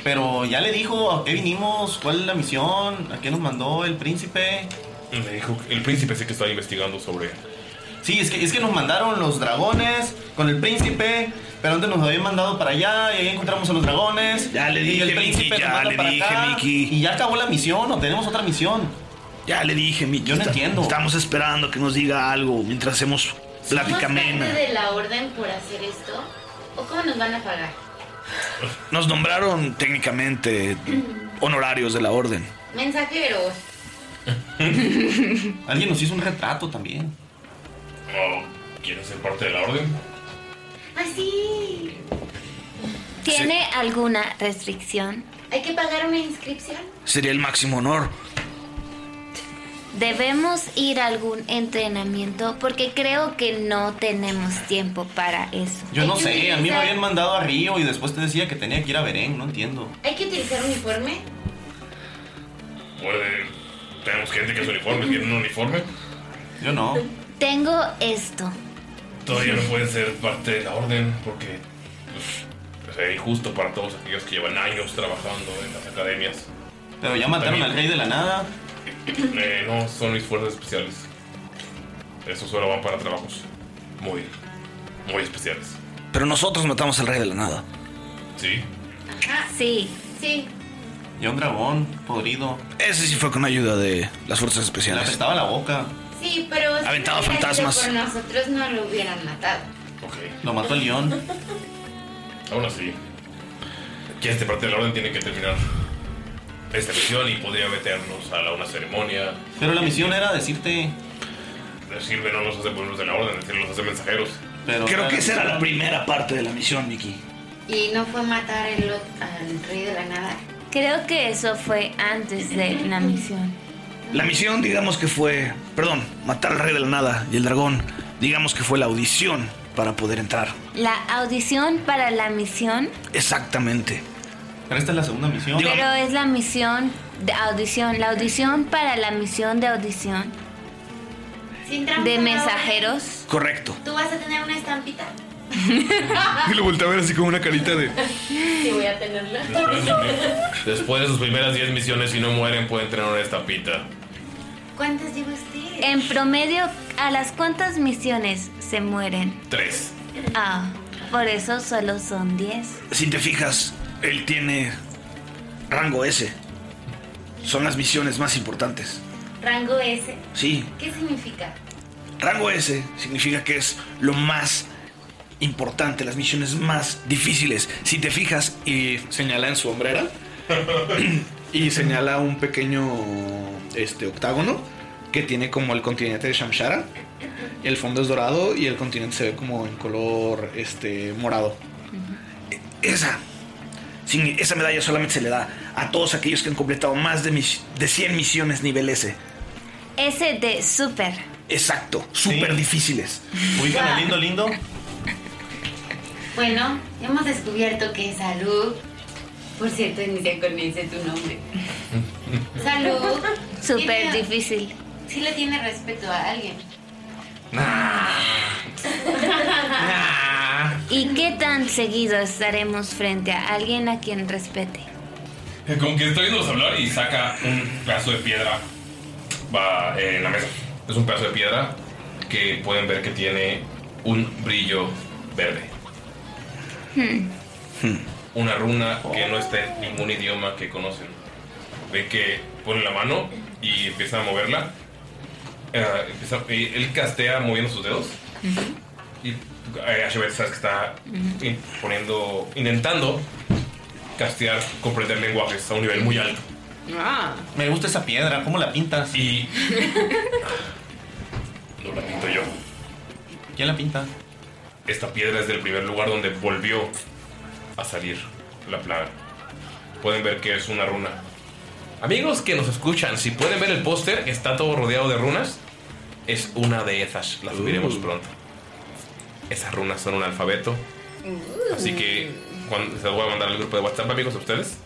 Pero ya le dijo a qué vinimos, cuál es la misión, a qué nos mandó el príncipe. Me dijo que el príncipe sí que estaba investigando sobre. Sí, es que, es que nos mandaron los dragones con el príncipe, pero antes nos habían mandado para allá y ahí encontramos a los dragones. Ya le dije, y el príncipe nos Mickey, ya manda le para dije, acá, Mickey. Y ya acabó la misión o tenemos otra misión. Ya le dije, Miki. Yo no entiendo. Estamos esperando que nos diga algo mientras hacemos ¿Somos plática parte amena. de la orden por hacer esto? ¿O cómo nos van a pagar? Nos nombraron técnicamente honorarios de la orden. Mensajeros. Alguien nos hizo un retrato también. Oh, ¿Quieres ser parte de la orden? Ah, Así. ¿Tiene alguna restricción? ¿Hay que pagar una inscripción? Sería el máximo honor. Debemos ir a algún entrenamiento porque creo que no tenemos tiempo para eso. Yo no sé, a mí me habían mandado a Río y después te decía que tenía que ir a Berén, no entiendo. ¿Hay que utilizar uniforme? Puede. Tenemos gente que es uniforme, tiene un uniforme. Yo no. Tengo esto. Todavía no pueden ser parte de la orden porque. pues, sería injusto para todos aquellos que llevan años trabajando en las academias. Pero ya mataron al rey de la nada. Eh, no, son mis fuerzas especiales. Esos solo van para trabajos muy, muy especiales. Pero nosotros matamos al rey de la nada. Sí. Sí. Ah, Sí. Y a un dragón podrido. Ese sí fue con ayuda de las fuerzas especiales. Le apestaba la boca. Sí, pero. si Aventaba hubiera sido fantasmas. Por nosotros no lo hubieran matado. Lo mató el león. Aún así, que este parte de la orden tiene que terminar esta misión y podría meternos a la- una ceremonia. Pero la misión era decirte. No sirve, no los hace pueblos de la orden, es decir, los hace mensajeros. Pero Creo que esa era la primera parte de la misión, Miki. Y no fue matar el ot- al rey de la nada. Creo que eso fue antes de la misión. La misión, digamos que fue, perdón, matar al rey de la nada y el dragón, digamos que fue la audición para poder entrar. La audición para la misión, Exactamente. Pero esta es la segunda misión. pero es la misión de audición, la audición para la misión de audición Si entramos de a la orden, mensajeros. Correcto. ¿Tú vas a tener una estampita? Y lo volteé a ver así como una carita de. Sí, voy a tenerla. Después de sus primeras 10 misiones, si no mueren, pueden tener una estampita. ¿Cuántas lleva usted? En promedio, ¿a las cuántas misiones se mueren? Tres. Ah, por eso solo son 10. Si te fijas, él tiene rango S. Son las misiones más importantes. Rango S. Sí, ¿Qué significa? rango S significa que es lo más importante, las misiones más difíciles. Si te fijas y señala en su hombrera y señala un pequeño este octágono que tiene como el continente de Shamshara. El fondo es dorado y el continente se ve como en color este morado. Esa. sin- esa medalla solamente se le da a todos aquellos que han completado más de, mis- de 100 misiones nivel S. Ese de super. Exacto, súper difíciles. Ubican a Lindo Lindo. Bueno, hemos descubierto que Salud, por cierto, inicia con ese tu nombre. Salud. Súper tiene- difícil. Sí le tiene respeto a alguien. ¿Y qué tan seguido estaremos frente a alguien a quien respete? Como que está viéndolos hablar y saca un pedazo de piedra va eh, en la mesa. Es un pedazo de piedra que pueden ver que tiene un brillo verde. Hmm. Una runa que no está en ningún idioma que conocen. Ve que pone la mano y empieza a moverla. Eh, empieza- eh, él castea moviendo sus dedos. Y eh, Ashebet sabes que está Ujú. in- poniendo, intentando castear, comprender lenguajes a un nivel muy alto. Ah. Me gusta esa piedra, ¿cómo la pintas? Y. No la pinto yo. ¿Quién la pinta? Esta piedra es del primer lugar donde volvió a salir la plaga. Pueden ver que es una runa. Amigos que nos escuchan, si pueden ver el póster, está todo rodeado de runas. Es una de esas, la subiremos Uh. pronto. Esas runas son un alfabeto. Así que cuando, se las voy a mandar al grupo de WhatsApp, amigos, a ustedes.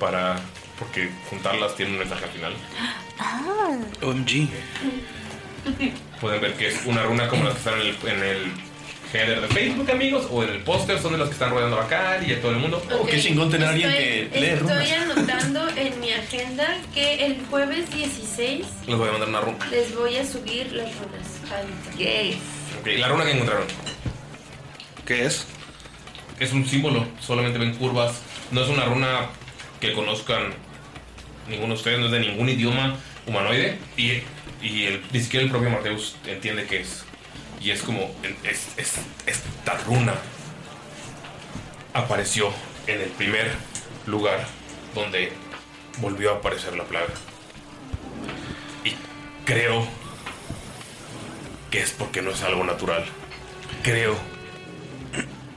Para. Porque juntarlas tiene un mensaje al final. Ah. OMG. Pueden ver que es una runa como las que están en el, en el header de Facebook, amigos, o en el póster, son de las que están rodeando a Cari y a todo el mundo. Oh, qué chingón tener a alguien Estoy, estoy anotando en mi agenda que el jueves 16 Les voy a mandar una runa. les voy a subir las runas. Ahorita. Ok, la runa que encontraron. ¿Qué es? Es un símbolo, solamente ven curvas. No es una runa que conozcan ninguno de ustedes, no es de ningún idioma humanoide. Y, y el, ni siquiera el propio Mateus entiende qué es. Y es como, es, es- esta runa apareció en el primer lugar donde volvió a aparecer la plaga. Y creo que es porque no es algo natural. Creo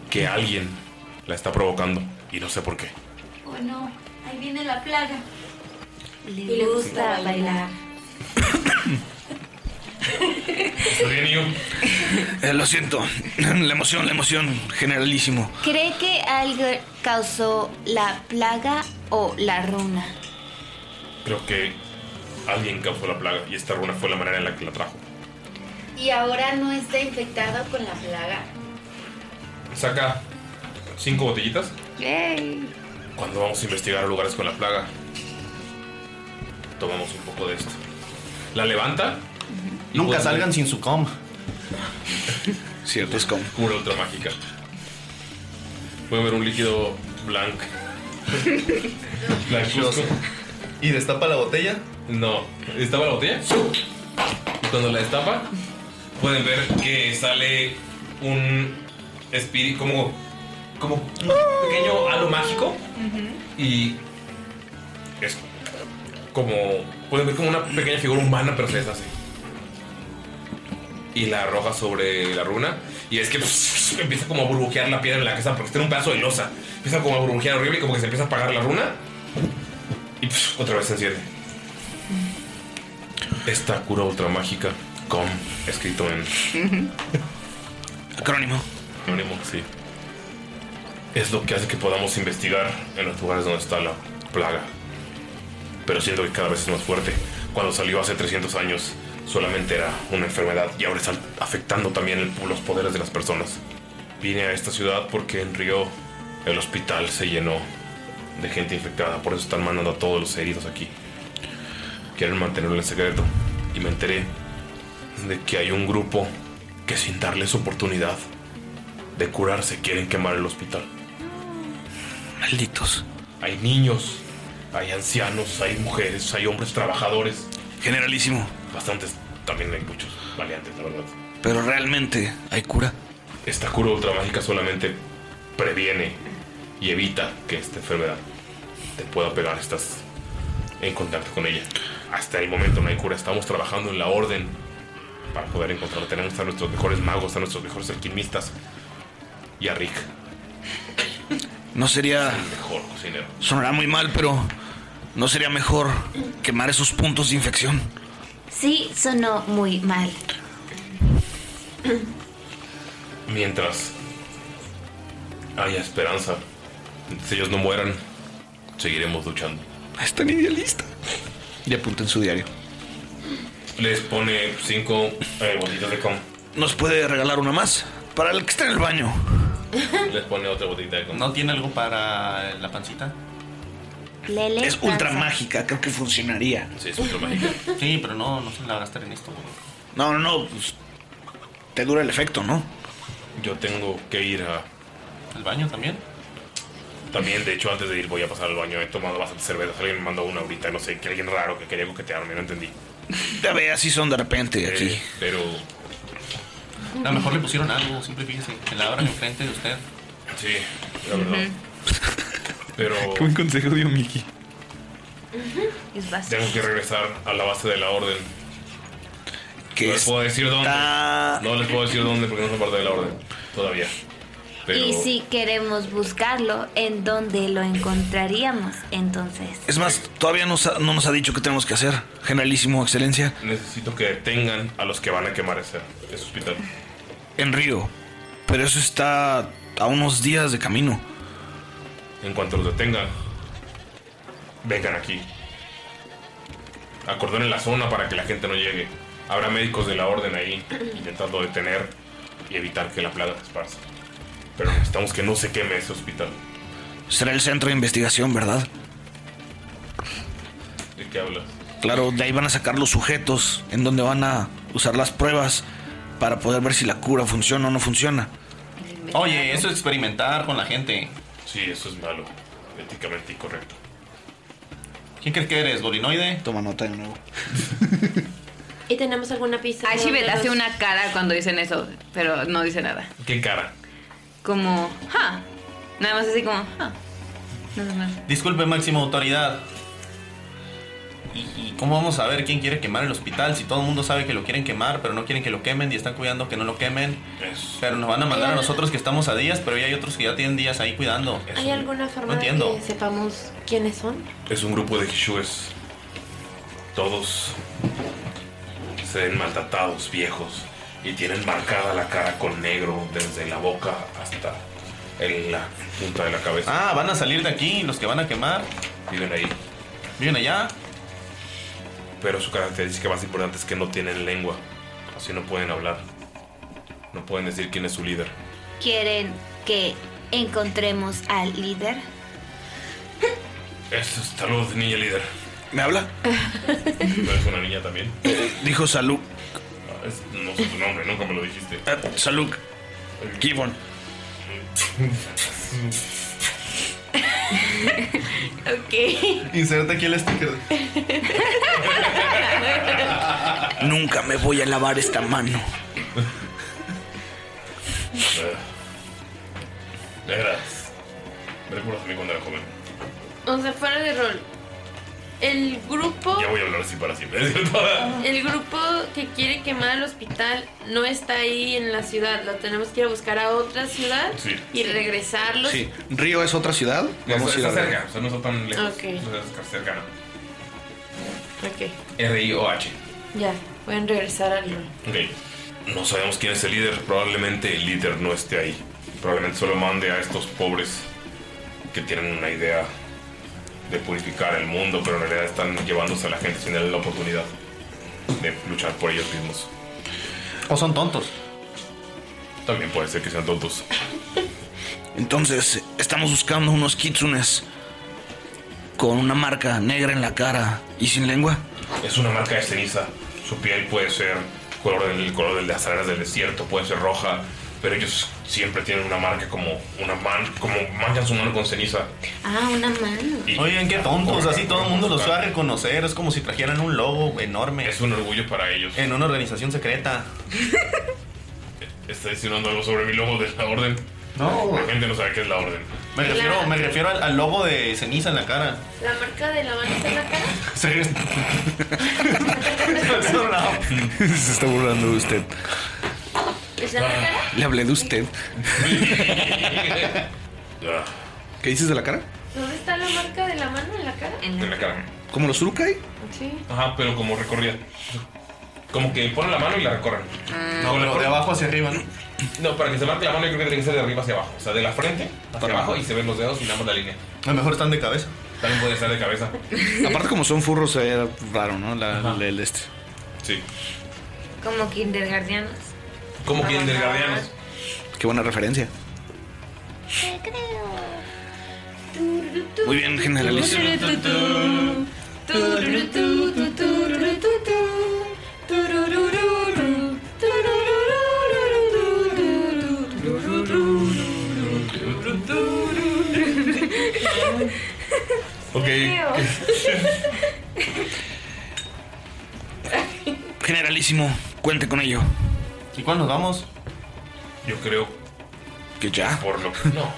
que alguien la está provocando y no sé por qué. Oh no, ahí viene la plaga. Le gusta bailar. Eh, lo siento. La emoción, la emoción, generalísimo. ¿Cree que algo causó la plaga o la runa? Creo que alguien causó la plaga y esta runa fue la manera en la que la trajo. Y ahora no está infectado con la plaga. Saca cinco botellitas. Cuando vamos a investigar lugares con la plaga, tomamos un poco de esto. La levanta. Nunca salgan sin su com. Cierto, es como. Cura ultra mágica. Pueden ver un líquido blanco. Blancuzco. ¿Y destapa la botella? No. ¿Destapa la botella? Y cuando la destapa, pueden ver que sale un espíritu, como, como un pequeño halo mágico. Y es como. Pueden ver como una pequeña figura humana, pero se deshace. Y la arroja sobre la runa. Y es que pss, empieza como a burbujear la piedra en la que está, porque tiene un pedazo de losa. Empieza como a burbujear horrible y como que se empieza a apagar la runa. Y pss, otra vez se enciende. Esta cura ultramágica, com, escrito en Acrónimo. Acrónimo, sí. Es lo que hace que podamos investigar en los lugares donde está la plaga. Pero siento que cada vez es más fuerte. Cuando salió hace 300 años, solamente era una enfermedad y ahora está afectando también el- los poderes de las personas. Vine a esta ciudad porque en Río el hospital se llenó de gente infectada, por eso están mandando a todos los heridos aquí. Quieren mantenerlo en secreto y me enteré de que hay un grupo que sin darles oportunidad de curarse quieren quemar el hospital. Malditos. Hay niños, hay ancianos, hay mujeres, hay hombres trabajadores. Generalísimo. Bastantes, también hay muchos valientes, la verdad. Pero realmente hay cura. Esta cura ultramágica solamente previene y evita que esta enfermedad te pueda pegar. Estás en contacto con ella. Hasta el momento no hay cura. Estamos trabajando en la orden para poder encontrarla. Tenemos a nuestros mejores magos, a nuestros mejores alquimistas y a Rick, No sería. el mejor cocinero. Sonará muy mal, pero. ¿No sería mejor quemar esos puntos de infección? Sí, sonó muy mal. Mientras haya esperanza, mientras ellos no mueran, seguiremos luchando. Es tan idealista. Y apunta en su diario. Les pone cinco eh, botitas de com. ¿Nos puede regalar una más? Para el que está en el baño. Les pone otra botita de com. ¿No tiene algo para la pancita? Lele. pasa. mágica, creo que funcionaría. Sí, es ultra mágica. Sí, pero no, no se la va a gastar en esto, boludo. No, no, no, pues. Te dura el efecto, ¿no? Yo tengo que ir a. ¿Al baño también? También, de hecho, antes de ir voy a pasar al baño. He tomado bastante cerveza. Alguien me mandó una ahorita, no sé, que alguien raro que quería coquetearme, no entendí. Ya ve, así son de repente Eh, aquí. Pero. A lo mejor le pusieron algo, simple fíjese, que la abran enfrente de usted. Sí, la verdad. Pero Qué buen consejo dio Miki. Es básico. tengo que regresar a la base de la orden. ¿Qué no les puedo decir dónde. No les puedo decir dónde porque no son parte de la orden. Todavía. Pero. Y si queremos buscarlo, ¿en dónde lo encontraríamos entonces? Es más, todavía nos ha- no nos ha dicho qué tenemos que hacer. Generalísimo, excelencia. Necesito que detengan a los que van a quemar ese, ese hospital. En Río. Pero eso está a unos días de camino. En cuanto los detengan, vengan aquí. Acordonen la zona para que la gente no llegue. Habrá médicos de la orden ahí intentando detener y evitar que la plaga se esparza. Pero necesitamos que no se queme ese hospital. Será el centro de investigación, ¿verdad? ¿De qué hablas? Claro, de ahí van a sacar los sujetos, en donde van a usar las pruebas para poder ver si la cura funciona o no funciona. Oye, eso es experimentar con la gente. Sí, eso es malo. Éticamente incorrecto. ¿Quién crees que eres, golinoide? Toma nota de nuevo. ¿Y tenemos alguna pista? de Ashibet dónde hace los- una cara cuando dicen eso, pero no dice nada. ¿Qué cara? Como, ja. Nada más así como, ja. Nada más. Disculpe, máxima autoridad. ¿Y, y cómo vamos a ver quién quiere quemar el hospital si todo el mundo sabe que lo quieren quemar, pero no quieren que lo quemen y están cuidando que no lo quemen? Pero nos van a mandar a nosotros que estamos a días, pero ya hay otros que ya tienen días ahí cuidando. ¿Hay alguna forma No de entiendo. que sepamos quiénes son? Es un grupo de Hishues. Todos se ven maltratados, viejos, y tienen marcada la cara con negro desde la boca hasta en la punta de la cabeza. Ah, van a salir de aquí los que van a quemar. Viven ahí. Viven allá. Pero su característica más importante es que no tienen lengua. Así no pueden hablar. No pueden decir quién es su líder. ¿Quieren que encontremos al líder? Eso es salud, niña líder. ¿Me habla? Eh, ¿No eres una niña también? Dijo Saluk. Ah, Ah, es- no sé tu nombre, nunca me lo dijiste. Saluk. Gibbon. Ok. Inserta aquí el sticker. Nunca me voy a lavar esta mano. Eh, De veras. Me recuerdas a mí cuando era joven. O sea, fuera de rol. El grupo, Ya voy a hablar así para siempre. el grupo que quiere quemar el hospital no está ahí en la ciudad. Lo tenemos que ir a buscar a otra ciudad Sí. y regresarlos. Sí, Río es otra ciudad. Vamos a ir a Está ver. cerca, o sea, no está tan lejos. Ok. No está cercana. Ok, R-I-O-H. ya. Pueden regresar al rol. Ok. No sabemos quién es el líder. Probablemente el líder no esté ahí. Probablemente solo mande a estos pobres que tienen una idea de purificar el mundo, pero en realidad están llevándose a la gente sin darle la oportunidad. de luchar por ellos mismos. O son tontos. También puede ser que sean tontos. Entonces, estamos buscando unos kitsunes con una marca negra en la cara y sin lengua. Es una marca de ceniza. Su piel puede ser color del el color de las arenas del desierto, puede ser roja, pero ellos siempre tienen una marca como una man, como marcan su mano con ceniza. Ah, una mano. Oigan, qué tontos, así todo el mundo los va a reconocer. Es como si trajeran un logo enorme. Es un orgullo para ellos. En una organización secreta. Está diciendo algo sobre mi logo de la orden. No. La gente no sabe qué es la orden. Me refiero, me refiero al, al logo de ceniza en la cara. La marca de la mano está en la cara. Se está burlando de usted. ¿Está en la cara? Le hablé de usted. ¿Qué dices de la cara? ¿Dónde está la marca de la mano en la cara? En la cara. ¿Como los urukai? Sí. Ajá, pero como recorrida. Como que ponen la mano y la recorren. Ah. No, pero Ah. de abajo hacia arriba, ¿no? No, para que se marque la mano yo creo que tiene que ser de arriba hacia abajo. O sea, de la frente hacia Para abajo abajo. y se ven los dedos y damos la línea. A lo mejor están de cabeza. También puede estar de cabeza. Aparte, como son furros, se ve raro, ¿no? La, la- el este. Sí. Como kindergartenos. Como quien del guardián. Qué buena referencia. Muy bien, generalísimo. Eh, Ok. eh. Generalísimo, cuente con ello. ¿Y cuándo nos vamos? Yo creo. ¿Que ya? Por lo que. No.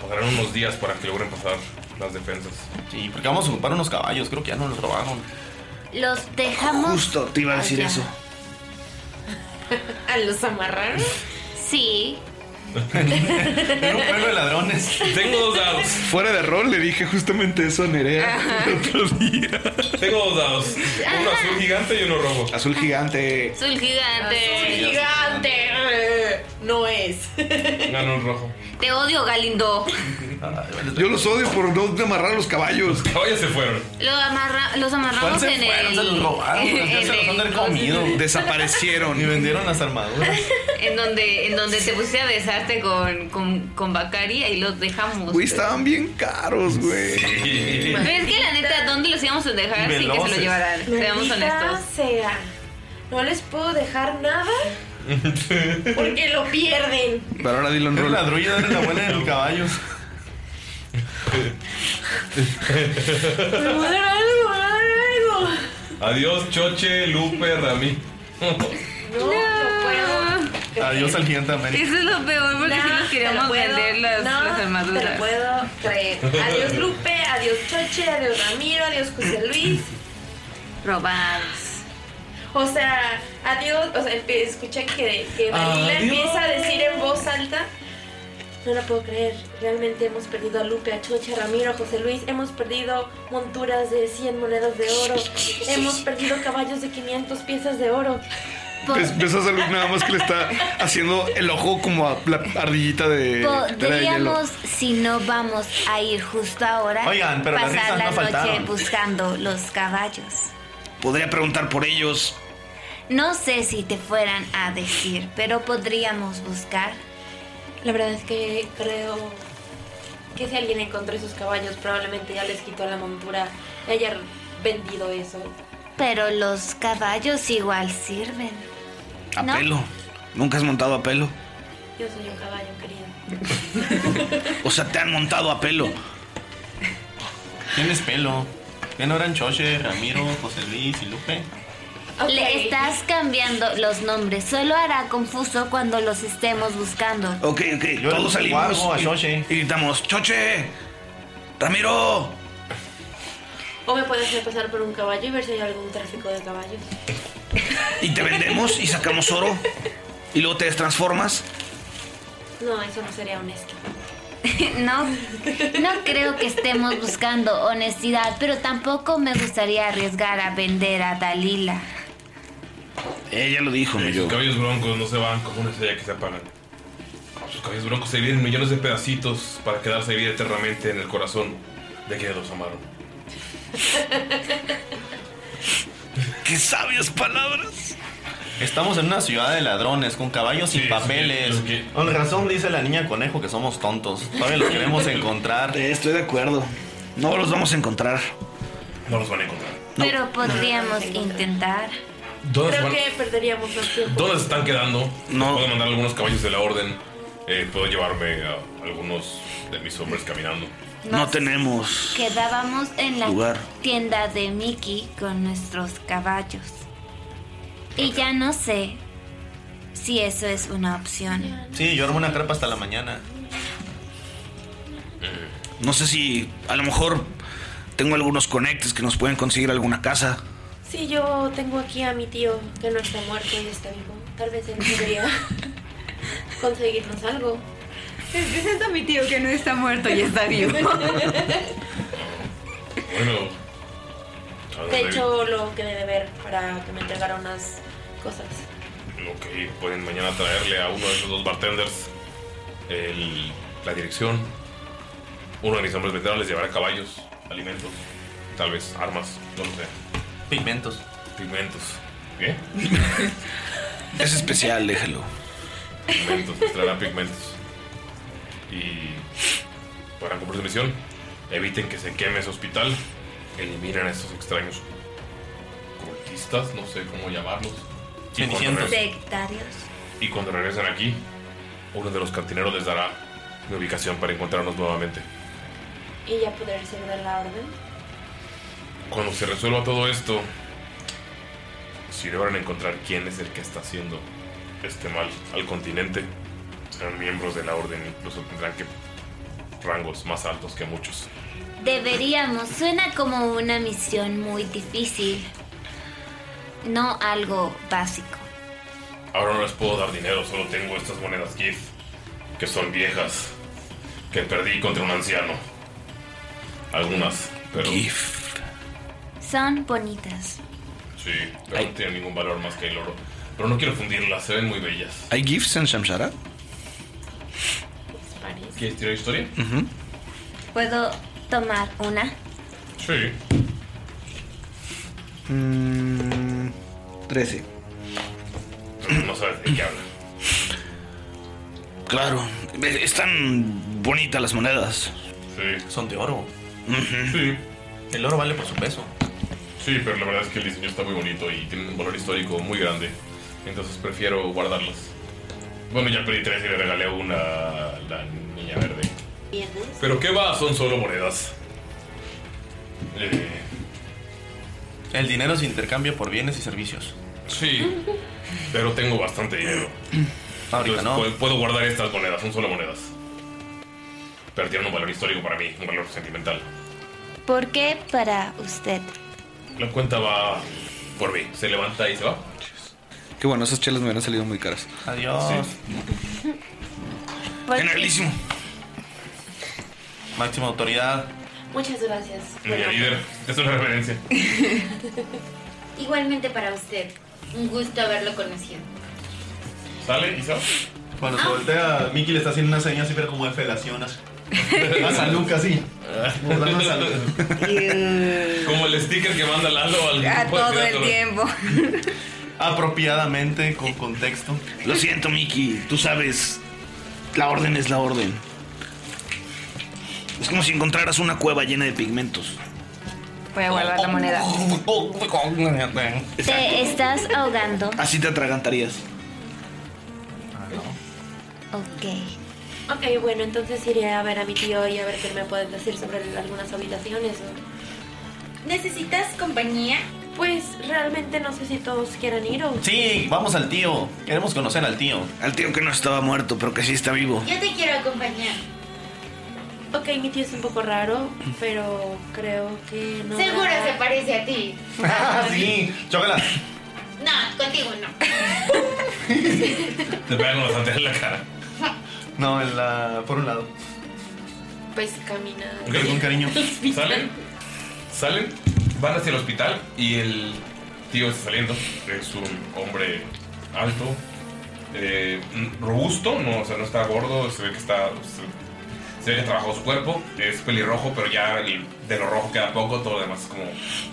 Pasarán unos días para que logren pasar las defensas. Sí, porque vamos a ocupar unos caballos. Creo que ya nos los robaron. Los dejamos. te iba a decir eso. Ah, ¿A los amarraron? Sí. Era un pueblo de ladrones. Tengo dos dados. Fuera de rol le dije justamente eso a Nerea el otro día. Tengo dos dados. Uno azul gigante y uno rojo. Azul gigante. Azul gigante. Azul gigante. No es. Gano un rojo. Te odio, Galindo. Yo los odio por no amarrar los caballos. Los caballos se fueron. Lo amarra- los amarramos en el. en el- Desaparecieron. Y vendieron las armaduras. En donde, en donde te pusiste a besarte con, con, con Bacari, ahí los dejamos. Güey, estaban bien caros, güey. Pero es que la neta, ¿dónde los íbamos a dejar sin que se Veloces. lo llevaran? Seamos Maldita honestos. sea. No les puedo dejar nada porque lo pierden. Pero ahora dilo en rol. La druida era la abuela de los caballos. Me voy a dar algo, me voy a dar algo. Adiós, Choche, Lupe, Rami. No, no, puedo. Adiós al gigante Eso es lo peor porque No, sí nos te queríamos lo puedo- vender las, no, las armaduras. Te lo puedo creer. Adiós Lupe, adiós Choche, adiós Ramiro, adiós José Luis. Robados. O sea, adiós. O sea, empie- escucha que, que Dalila Adiós. empieza a decir en voz alta. No lo puedo creer. Realmente hemos perdido a Lupe, a Choche, a Ramiro, a José Luis. Hemos perdido monturas de 100 monedas de oro. Hemos perdido caballos de 500 piezas de oro. Ves a Pues, salud nada más que le está haciendo el ojo como a la ardillita de. de la de hielo. Podríamos, si no vamos a ir justo ahora, Oigan, pero las pasar risas la no noche faltaron. buscando los caballos. Podría preguntar por ellos. No sé si te fueran a decir, pero podríamos buscar. La verdad es que creo que si alguien encontró esos caballos, probablemente ya les quitó la montura y haya vendido eso. Pero los caballos igual sirven. A ¿No? pelo. Nunca has montado a pelo. Yo soy un caballo, querido. O sea, te han montado a pelo. Tienes pelo. Ya no eran Choche, Ramiro, José Luis y Lupe. Le estás cambiando los nombres. Solo hará confuso cuando los estemos buscando. Ok, ok. Yo Todos le salimos. guardo a y- Y gritamos: ¡Choche! ¡Ramiro! O me puedes hacer pasar por un caballo y ver si hay algún tráfico de caballos. Y te vendemos y sacamos oro. Y luego te destransformas. No, eso no sería honesto. No, no creo que estemos buscando honestidad, pero tampoco me gustaría arriesgar a vender a Dalila. Ella Eh, lo dijo, Sus caballos broncos no se van como una estrella que se apagan. Sus caballos broncos se dividen en millones de pedacitos para quedarse vida eternamente en el corazón de quienes los amaron. ¡Qué sabias palabras! Estamos en una ciudad de ladrones, con caballos sin papeles. Con razón dice la niña conejo que somos tontos. Todavía los queremos encontrar. Estoy de acuerdo. No los vamos a encontrar. No los van a encontrar. Pero podríamos intentar. ¿Dónde, se Creo van- que perderíamos más tiempo. dónde se están quedando? No. Puedo mandar algunos caballos de la orden. Eh, puedo llevarme a algunos de mis hombres caminando. No tenemos Quedábamos en la lugar. tienda de Mickey con nuestros caballos. Y ya no sé si eso es una opción. Sí, yo armo una carpa hasta la mañana. No sé si a lo mejor tengo algunos conectes que nos pueden conseguir alguna casa. Sí, yo tengo aquí a mi tío que no está muerto y está vivo. Tal vez él podría conseguirnos algo. Presenta a mi tío que no está muerto y está vivo. Bueno. De hecho, lo quedé de ver para que me entregara unas cosas. Ok, pueden mañana traerle a uno de esos dos bartenders el- la dirección. Uno de mis hombres veteranos les llevará caballos, alimentos, tal vez armas, no lo sé. Pigmentos. Pigmentos. ¿Qué? Es especial, déjalo. Pigmentos, les traerá pigmentos. Y para cumplir su misión, eviten que se queme ese hospital, eliminen a estos extraños cultistas, no sé cómo llamarlos. Y cuando regresen- Sectarios. Y cuando regresen aquí, uno de los cantineros les dará mi ubicación para encontrarnos nuevamente. Y ya poder celebrar la orden. Cuando se resuelva todo esto, si logran encontrar quién es el que está haciendo este mal al continente, serán miembros de la orden, incluso tendrán que rangos más altos que muchos. Deberíamos. Suena como una misión muy difícil. No algo básico. Ahora no les puedo dar dinero, solo tengo estas monedas GIF, que son viejas, que perdí contra un anciano. Algunas, pero... GIF. Son bonitas. Sí, pero no tienen ningún valor más que el oro. Pero no quiero fundirlas, se ven muy bellas. ¿Hay gifts en Shamsara? ¿Quieres tirar historia? ¿Puedo tomar una? Sí. Mmm. 13. No sabes de qué habla. Claro. Eh, Están bonitas las monedas. Sí. Son de oro. Sí. El oro vale por su peso. Sí, pero la verdad es que el diseño está muy bonito y tiene un valor histórico muy grande. Entonces prefiero guardarlas. Bueno, ya pedí tres y le regalé una a la niña verde. Pero qué va, son solo monedas. Eh, El dinero se intercambia por bienes y servicios. sí, pero tengo bastante dinero. Ahorita no. Puedo, puedo guardar estas monedas, son solo monedas. Pero tienen un valor histórico para mí, un valor sentimental. ¿Por qué para usted? La cuenta va por mí. Se levanta y se va. Qué bueno, esas chelas me hubieran salido muy caras. Adiós. Generalísimo. Máxima autoridad. Muchas gracias. Niña líder, es una referencia. Igualmente para usted. Un gusto haberlo conocido. Sale y se va. Cuando se voltea, Mickey le está haciendo una señal así, pero como de felación. así. A San Lucas, sí. Volando a San Lucas. Ah. Como el sticker que manda Lalo al A grupo de todo el teatro. tiempo. Apropiadamente, con contexto. Lo siento, Mickey. Tú sabes. La orden es la orden. Es como si encontraras una cueva llena de pigmentos. Voy a guardar la moneda. oh, ¿Te estás ahogando? Así te atragantarías. Ok. Ok, bueno, entonces iré a ver a mi tío y a ver qué me puedes decir sobre algunas habitaciones. ¿Necesitas compañía? Pues realmente no sé si todos quieran ir o... Sí, vamos al tío. Queremos conocer al tío. Al tío que no estaba muerto, pero que sí está vivo. Yo te quiero acompañar. Ok, mi tío es un poco raro, pero creo que no... Seguro se parece a ti. Ah, sí. Chócala. No, contigo no. Te pegan bastante en la cara. No, en la, por un lado. Pues camina... Con cariño. Salen, salen, van hacia el hospital y el tío está saliendo. Es un hombre alto, eh, robusto, no, o sea, no está gordo, se ve que está. Se, se ve que trabajó su cuerpo, es pelirrojo, pero ya el- de lo rojo queda poco, todo lo demás es como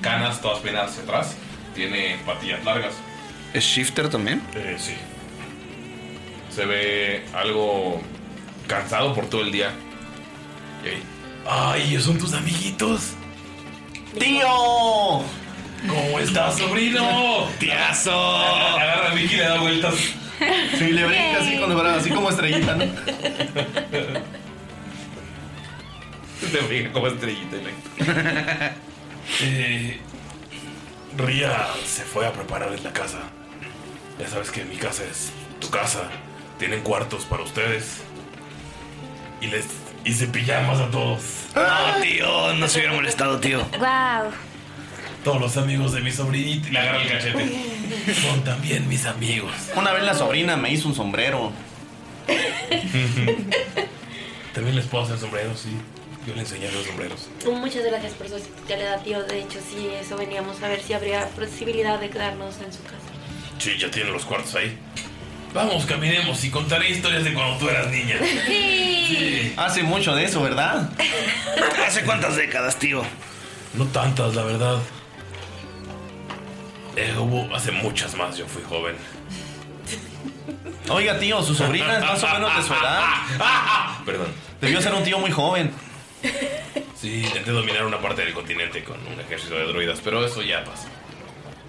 canas, todas peinadas hacia atrás. Tiene patillas largas. ¿Es shifter también? Eh, sí. Se ve algo cansado por todo el día. Y ahí, ¡Ay, son tus amiguitos! ¡Tío! ¿Cómo estás, sobrino? ¡Tiazo! Agarra a Vicky y le da vueltas. Sí, le brinca así con los brazos, así como estrellita, ¿no? Te brinca como estrellita. y le- Eh, Ría se fue a preparar en la casa. Ya sabes que mi casa es tu casa. Tienen cuartos para ustedes. Y les hice pijamas a todos. No, tío, no se hubiera molestado, tío. Wow. Todos los amigos de mi sobrinita. Y le agarra el cachete. Son también mis amigos. Una vez la sobrina me hizo un sombrero. También les puedo hacer sombreros, sí. Yo le enseñé los sombreros. Muchas gracias por su hospitalidad, tío. De hecho, sí, eso veníamos a ver si habría posibilidad de quedarnos en su casa. Sí, ya tienen los cuartos ahí. Vamos, caminemos y contaré historias de cuando tú eras niña. Sí. Hace mucho de eso, ¿verdad? ¿Hace cuántas décadas, tío? No tantas, la verdad. Eh, hubo hace muchas más, yo fui joven. Oiga, tío, su sobrina es más o menos de su edad. Perdón. Debió ser un tío muy joven. Sí, intenté dominar una parte del continente con un ejército de druidas, pero eso ya pasó.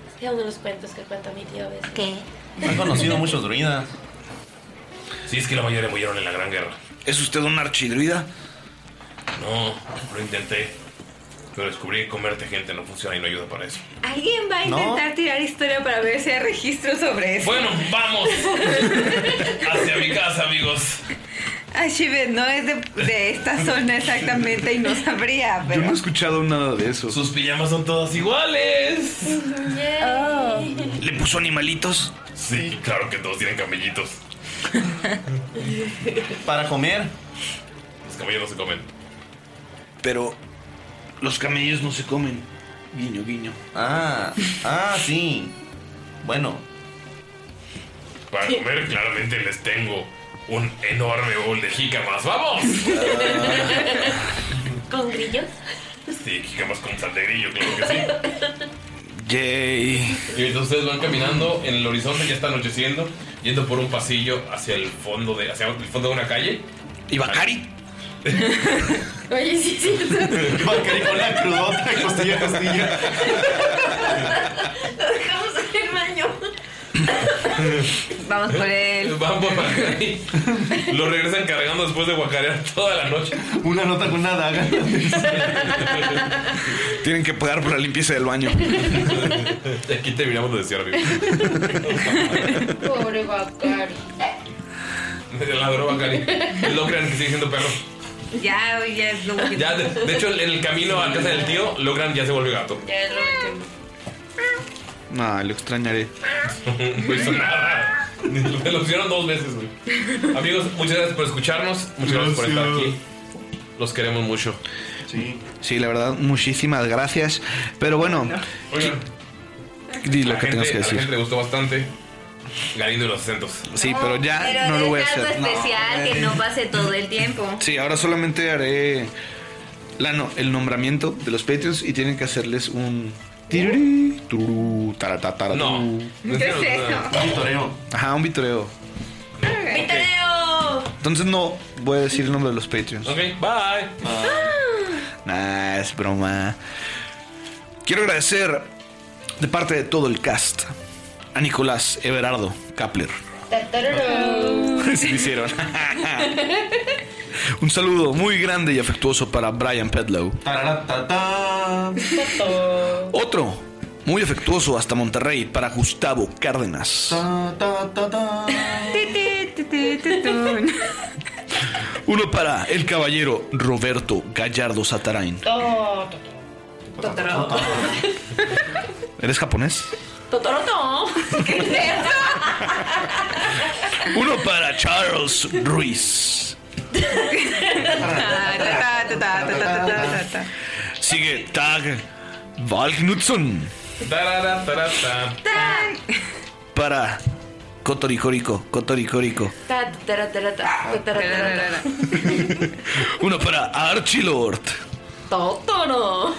Este Es uno de los cuentos que cuenta mi tío a veces. ¿Qué? Han conocido muchos druidas. Sí, es que la mayoría murieron en la Gran Guerra. ¿Es usted un archidruida? No, lo intenté. Pero descubrí que comerte gente no funciona y no ayuda para eso. Alguien va a No. intentar tirar historia para ver si hay registro sobre eso. Bueno, vamos. Hacia mi casa, amigos. Ashibet no es de, de esta zona exactamente y no sabría, pero. he escuchado nada de eso. Sus pijamas son todas iguales. Oh. ¿Le puso animalitos? Sí, claro que todos tienen camellitos. Para comer. Los camellos no se comen. Pero los camellos no se comen. Guiño, guiño. Ah, ah, sí. Bueno, Para comer, claramente les tengo un enorme bol de jícamas. ¡Vamos! Ah. ¿Con grillos? Sí, jícamas con sal de grillo, claro que sí. Yay. Y entonces ustedes van caminando en el horizonte, ya está anocheciendo, yendo por un pasillo hacia el fondo de, hacia el fondo de una calle. ¿Y Bacari? Oye, sí, sí. Bacari con la crudota, costilla a costilla. Lo dejamos en el baño. Vamos por él. Van por Bacari. Lo regresan cargando después de guacarear toda la noche. Una nota con una daga. Tienen que pagar por la limpieza del baño. Y aquí terminamos de desear, amigo. Pobre Bacari. El ladrón Bacari. No crean que sigue siendo perro. Ya, ya es lo último. Ya, de, de hecho, en el camino a casa del tío, Logran ya se volvió gato. Ya es lo último. No, lo extrañaré. No hizo nada. Me lo hicieron dos veces, güey. Amigos, muchas gracias por escucharnos. Muchas gracias, por estar aquí. Los queremos mucho. Sí. Sí, la verdad, muchísimas gracias. Pero bueno, Oigan, di a lo la que gente- tengas que a la decir. gente le gustó bastante. Galindo y los acentos. Sí, pero ya Pero no lo voy a deja hacer. algo especial que no pase todo el tiempo. Sí, ahora solamente haré la no- el nombramiento de los Patreons y tienen que hacerles un. tirirí, tururú, taratatara, No. ¿Qué es eso? Vitoreo. Ajá, un vitoreo. ¡Vitoreo! Entonces no voy a decir el nombre de los Patreons. Ok, bye. Nah, es broma. Quiero agradecer de parte de todo el cast a Nicolás Everardo Kapler. Sí lo hicieron. Un saludo muy grande y afectuoso para Brian Pedlow. Otro muy afectuoso hasta Monterrey para Gustavo Cárdenas. Uno para el caballero Roberto Gallardo Satarain. Totoro. ¿Eres japonés? Totoro no. ¿Qué es eso? Uno para Charles Ruiz. Ta, ta, ta, ta, ta, ta, ta, ta. Sigue Tag Valknutson Tarara, tarata. para Cotoricorico, Cotoricorico. Ta, tara, tara, ta, ta, tara, tara, tara. Uno para Archilord. Totoro.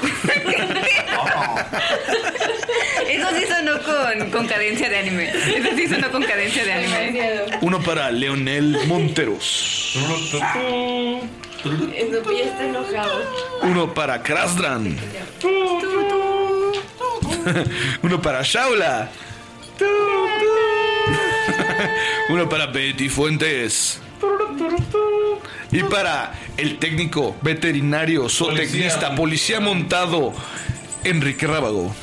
Eso sí sonó con, con cadencia de anime. Eso sí sonó con cadencia de anime. Uno para Leonel Monteros. El Dupi ya está enojado. Uno para Krasdran. Uno para Shaula. Uno para Betty Fuentes. Y para el técnico, veterinario, zootecnista, policía montado, Enrique Rábago.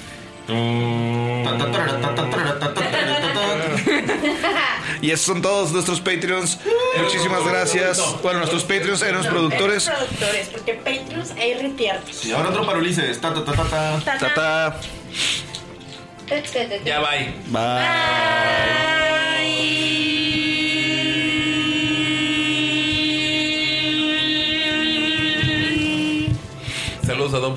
Y esos son todos nuestros Patreons. Muchísimas gracias. Bueno, nuestros Patreons eran los productores. productores, porque Patreons hay retiertos. Y ahora otro para Ulises. Ta, ta, ta, ta, ta. Ta, ta. Ya bye. Bye. Saludos a Dom.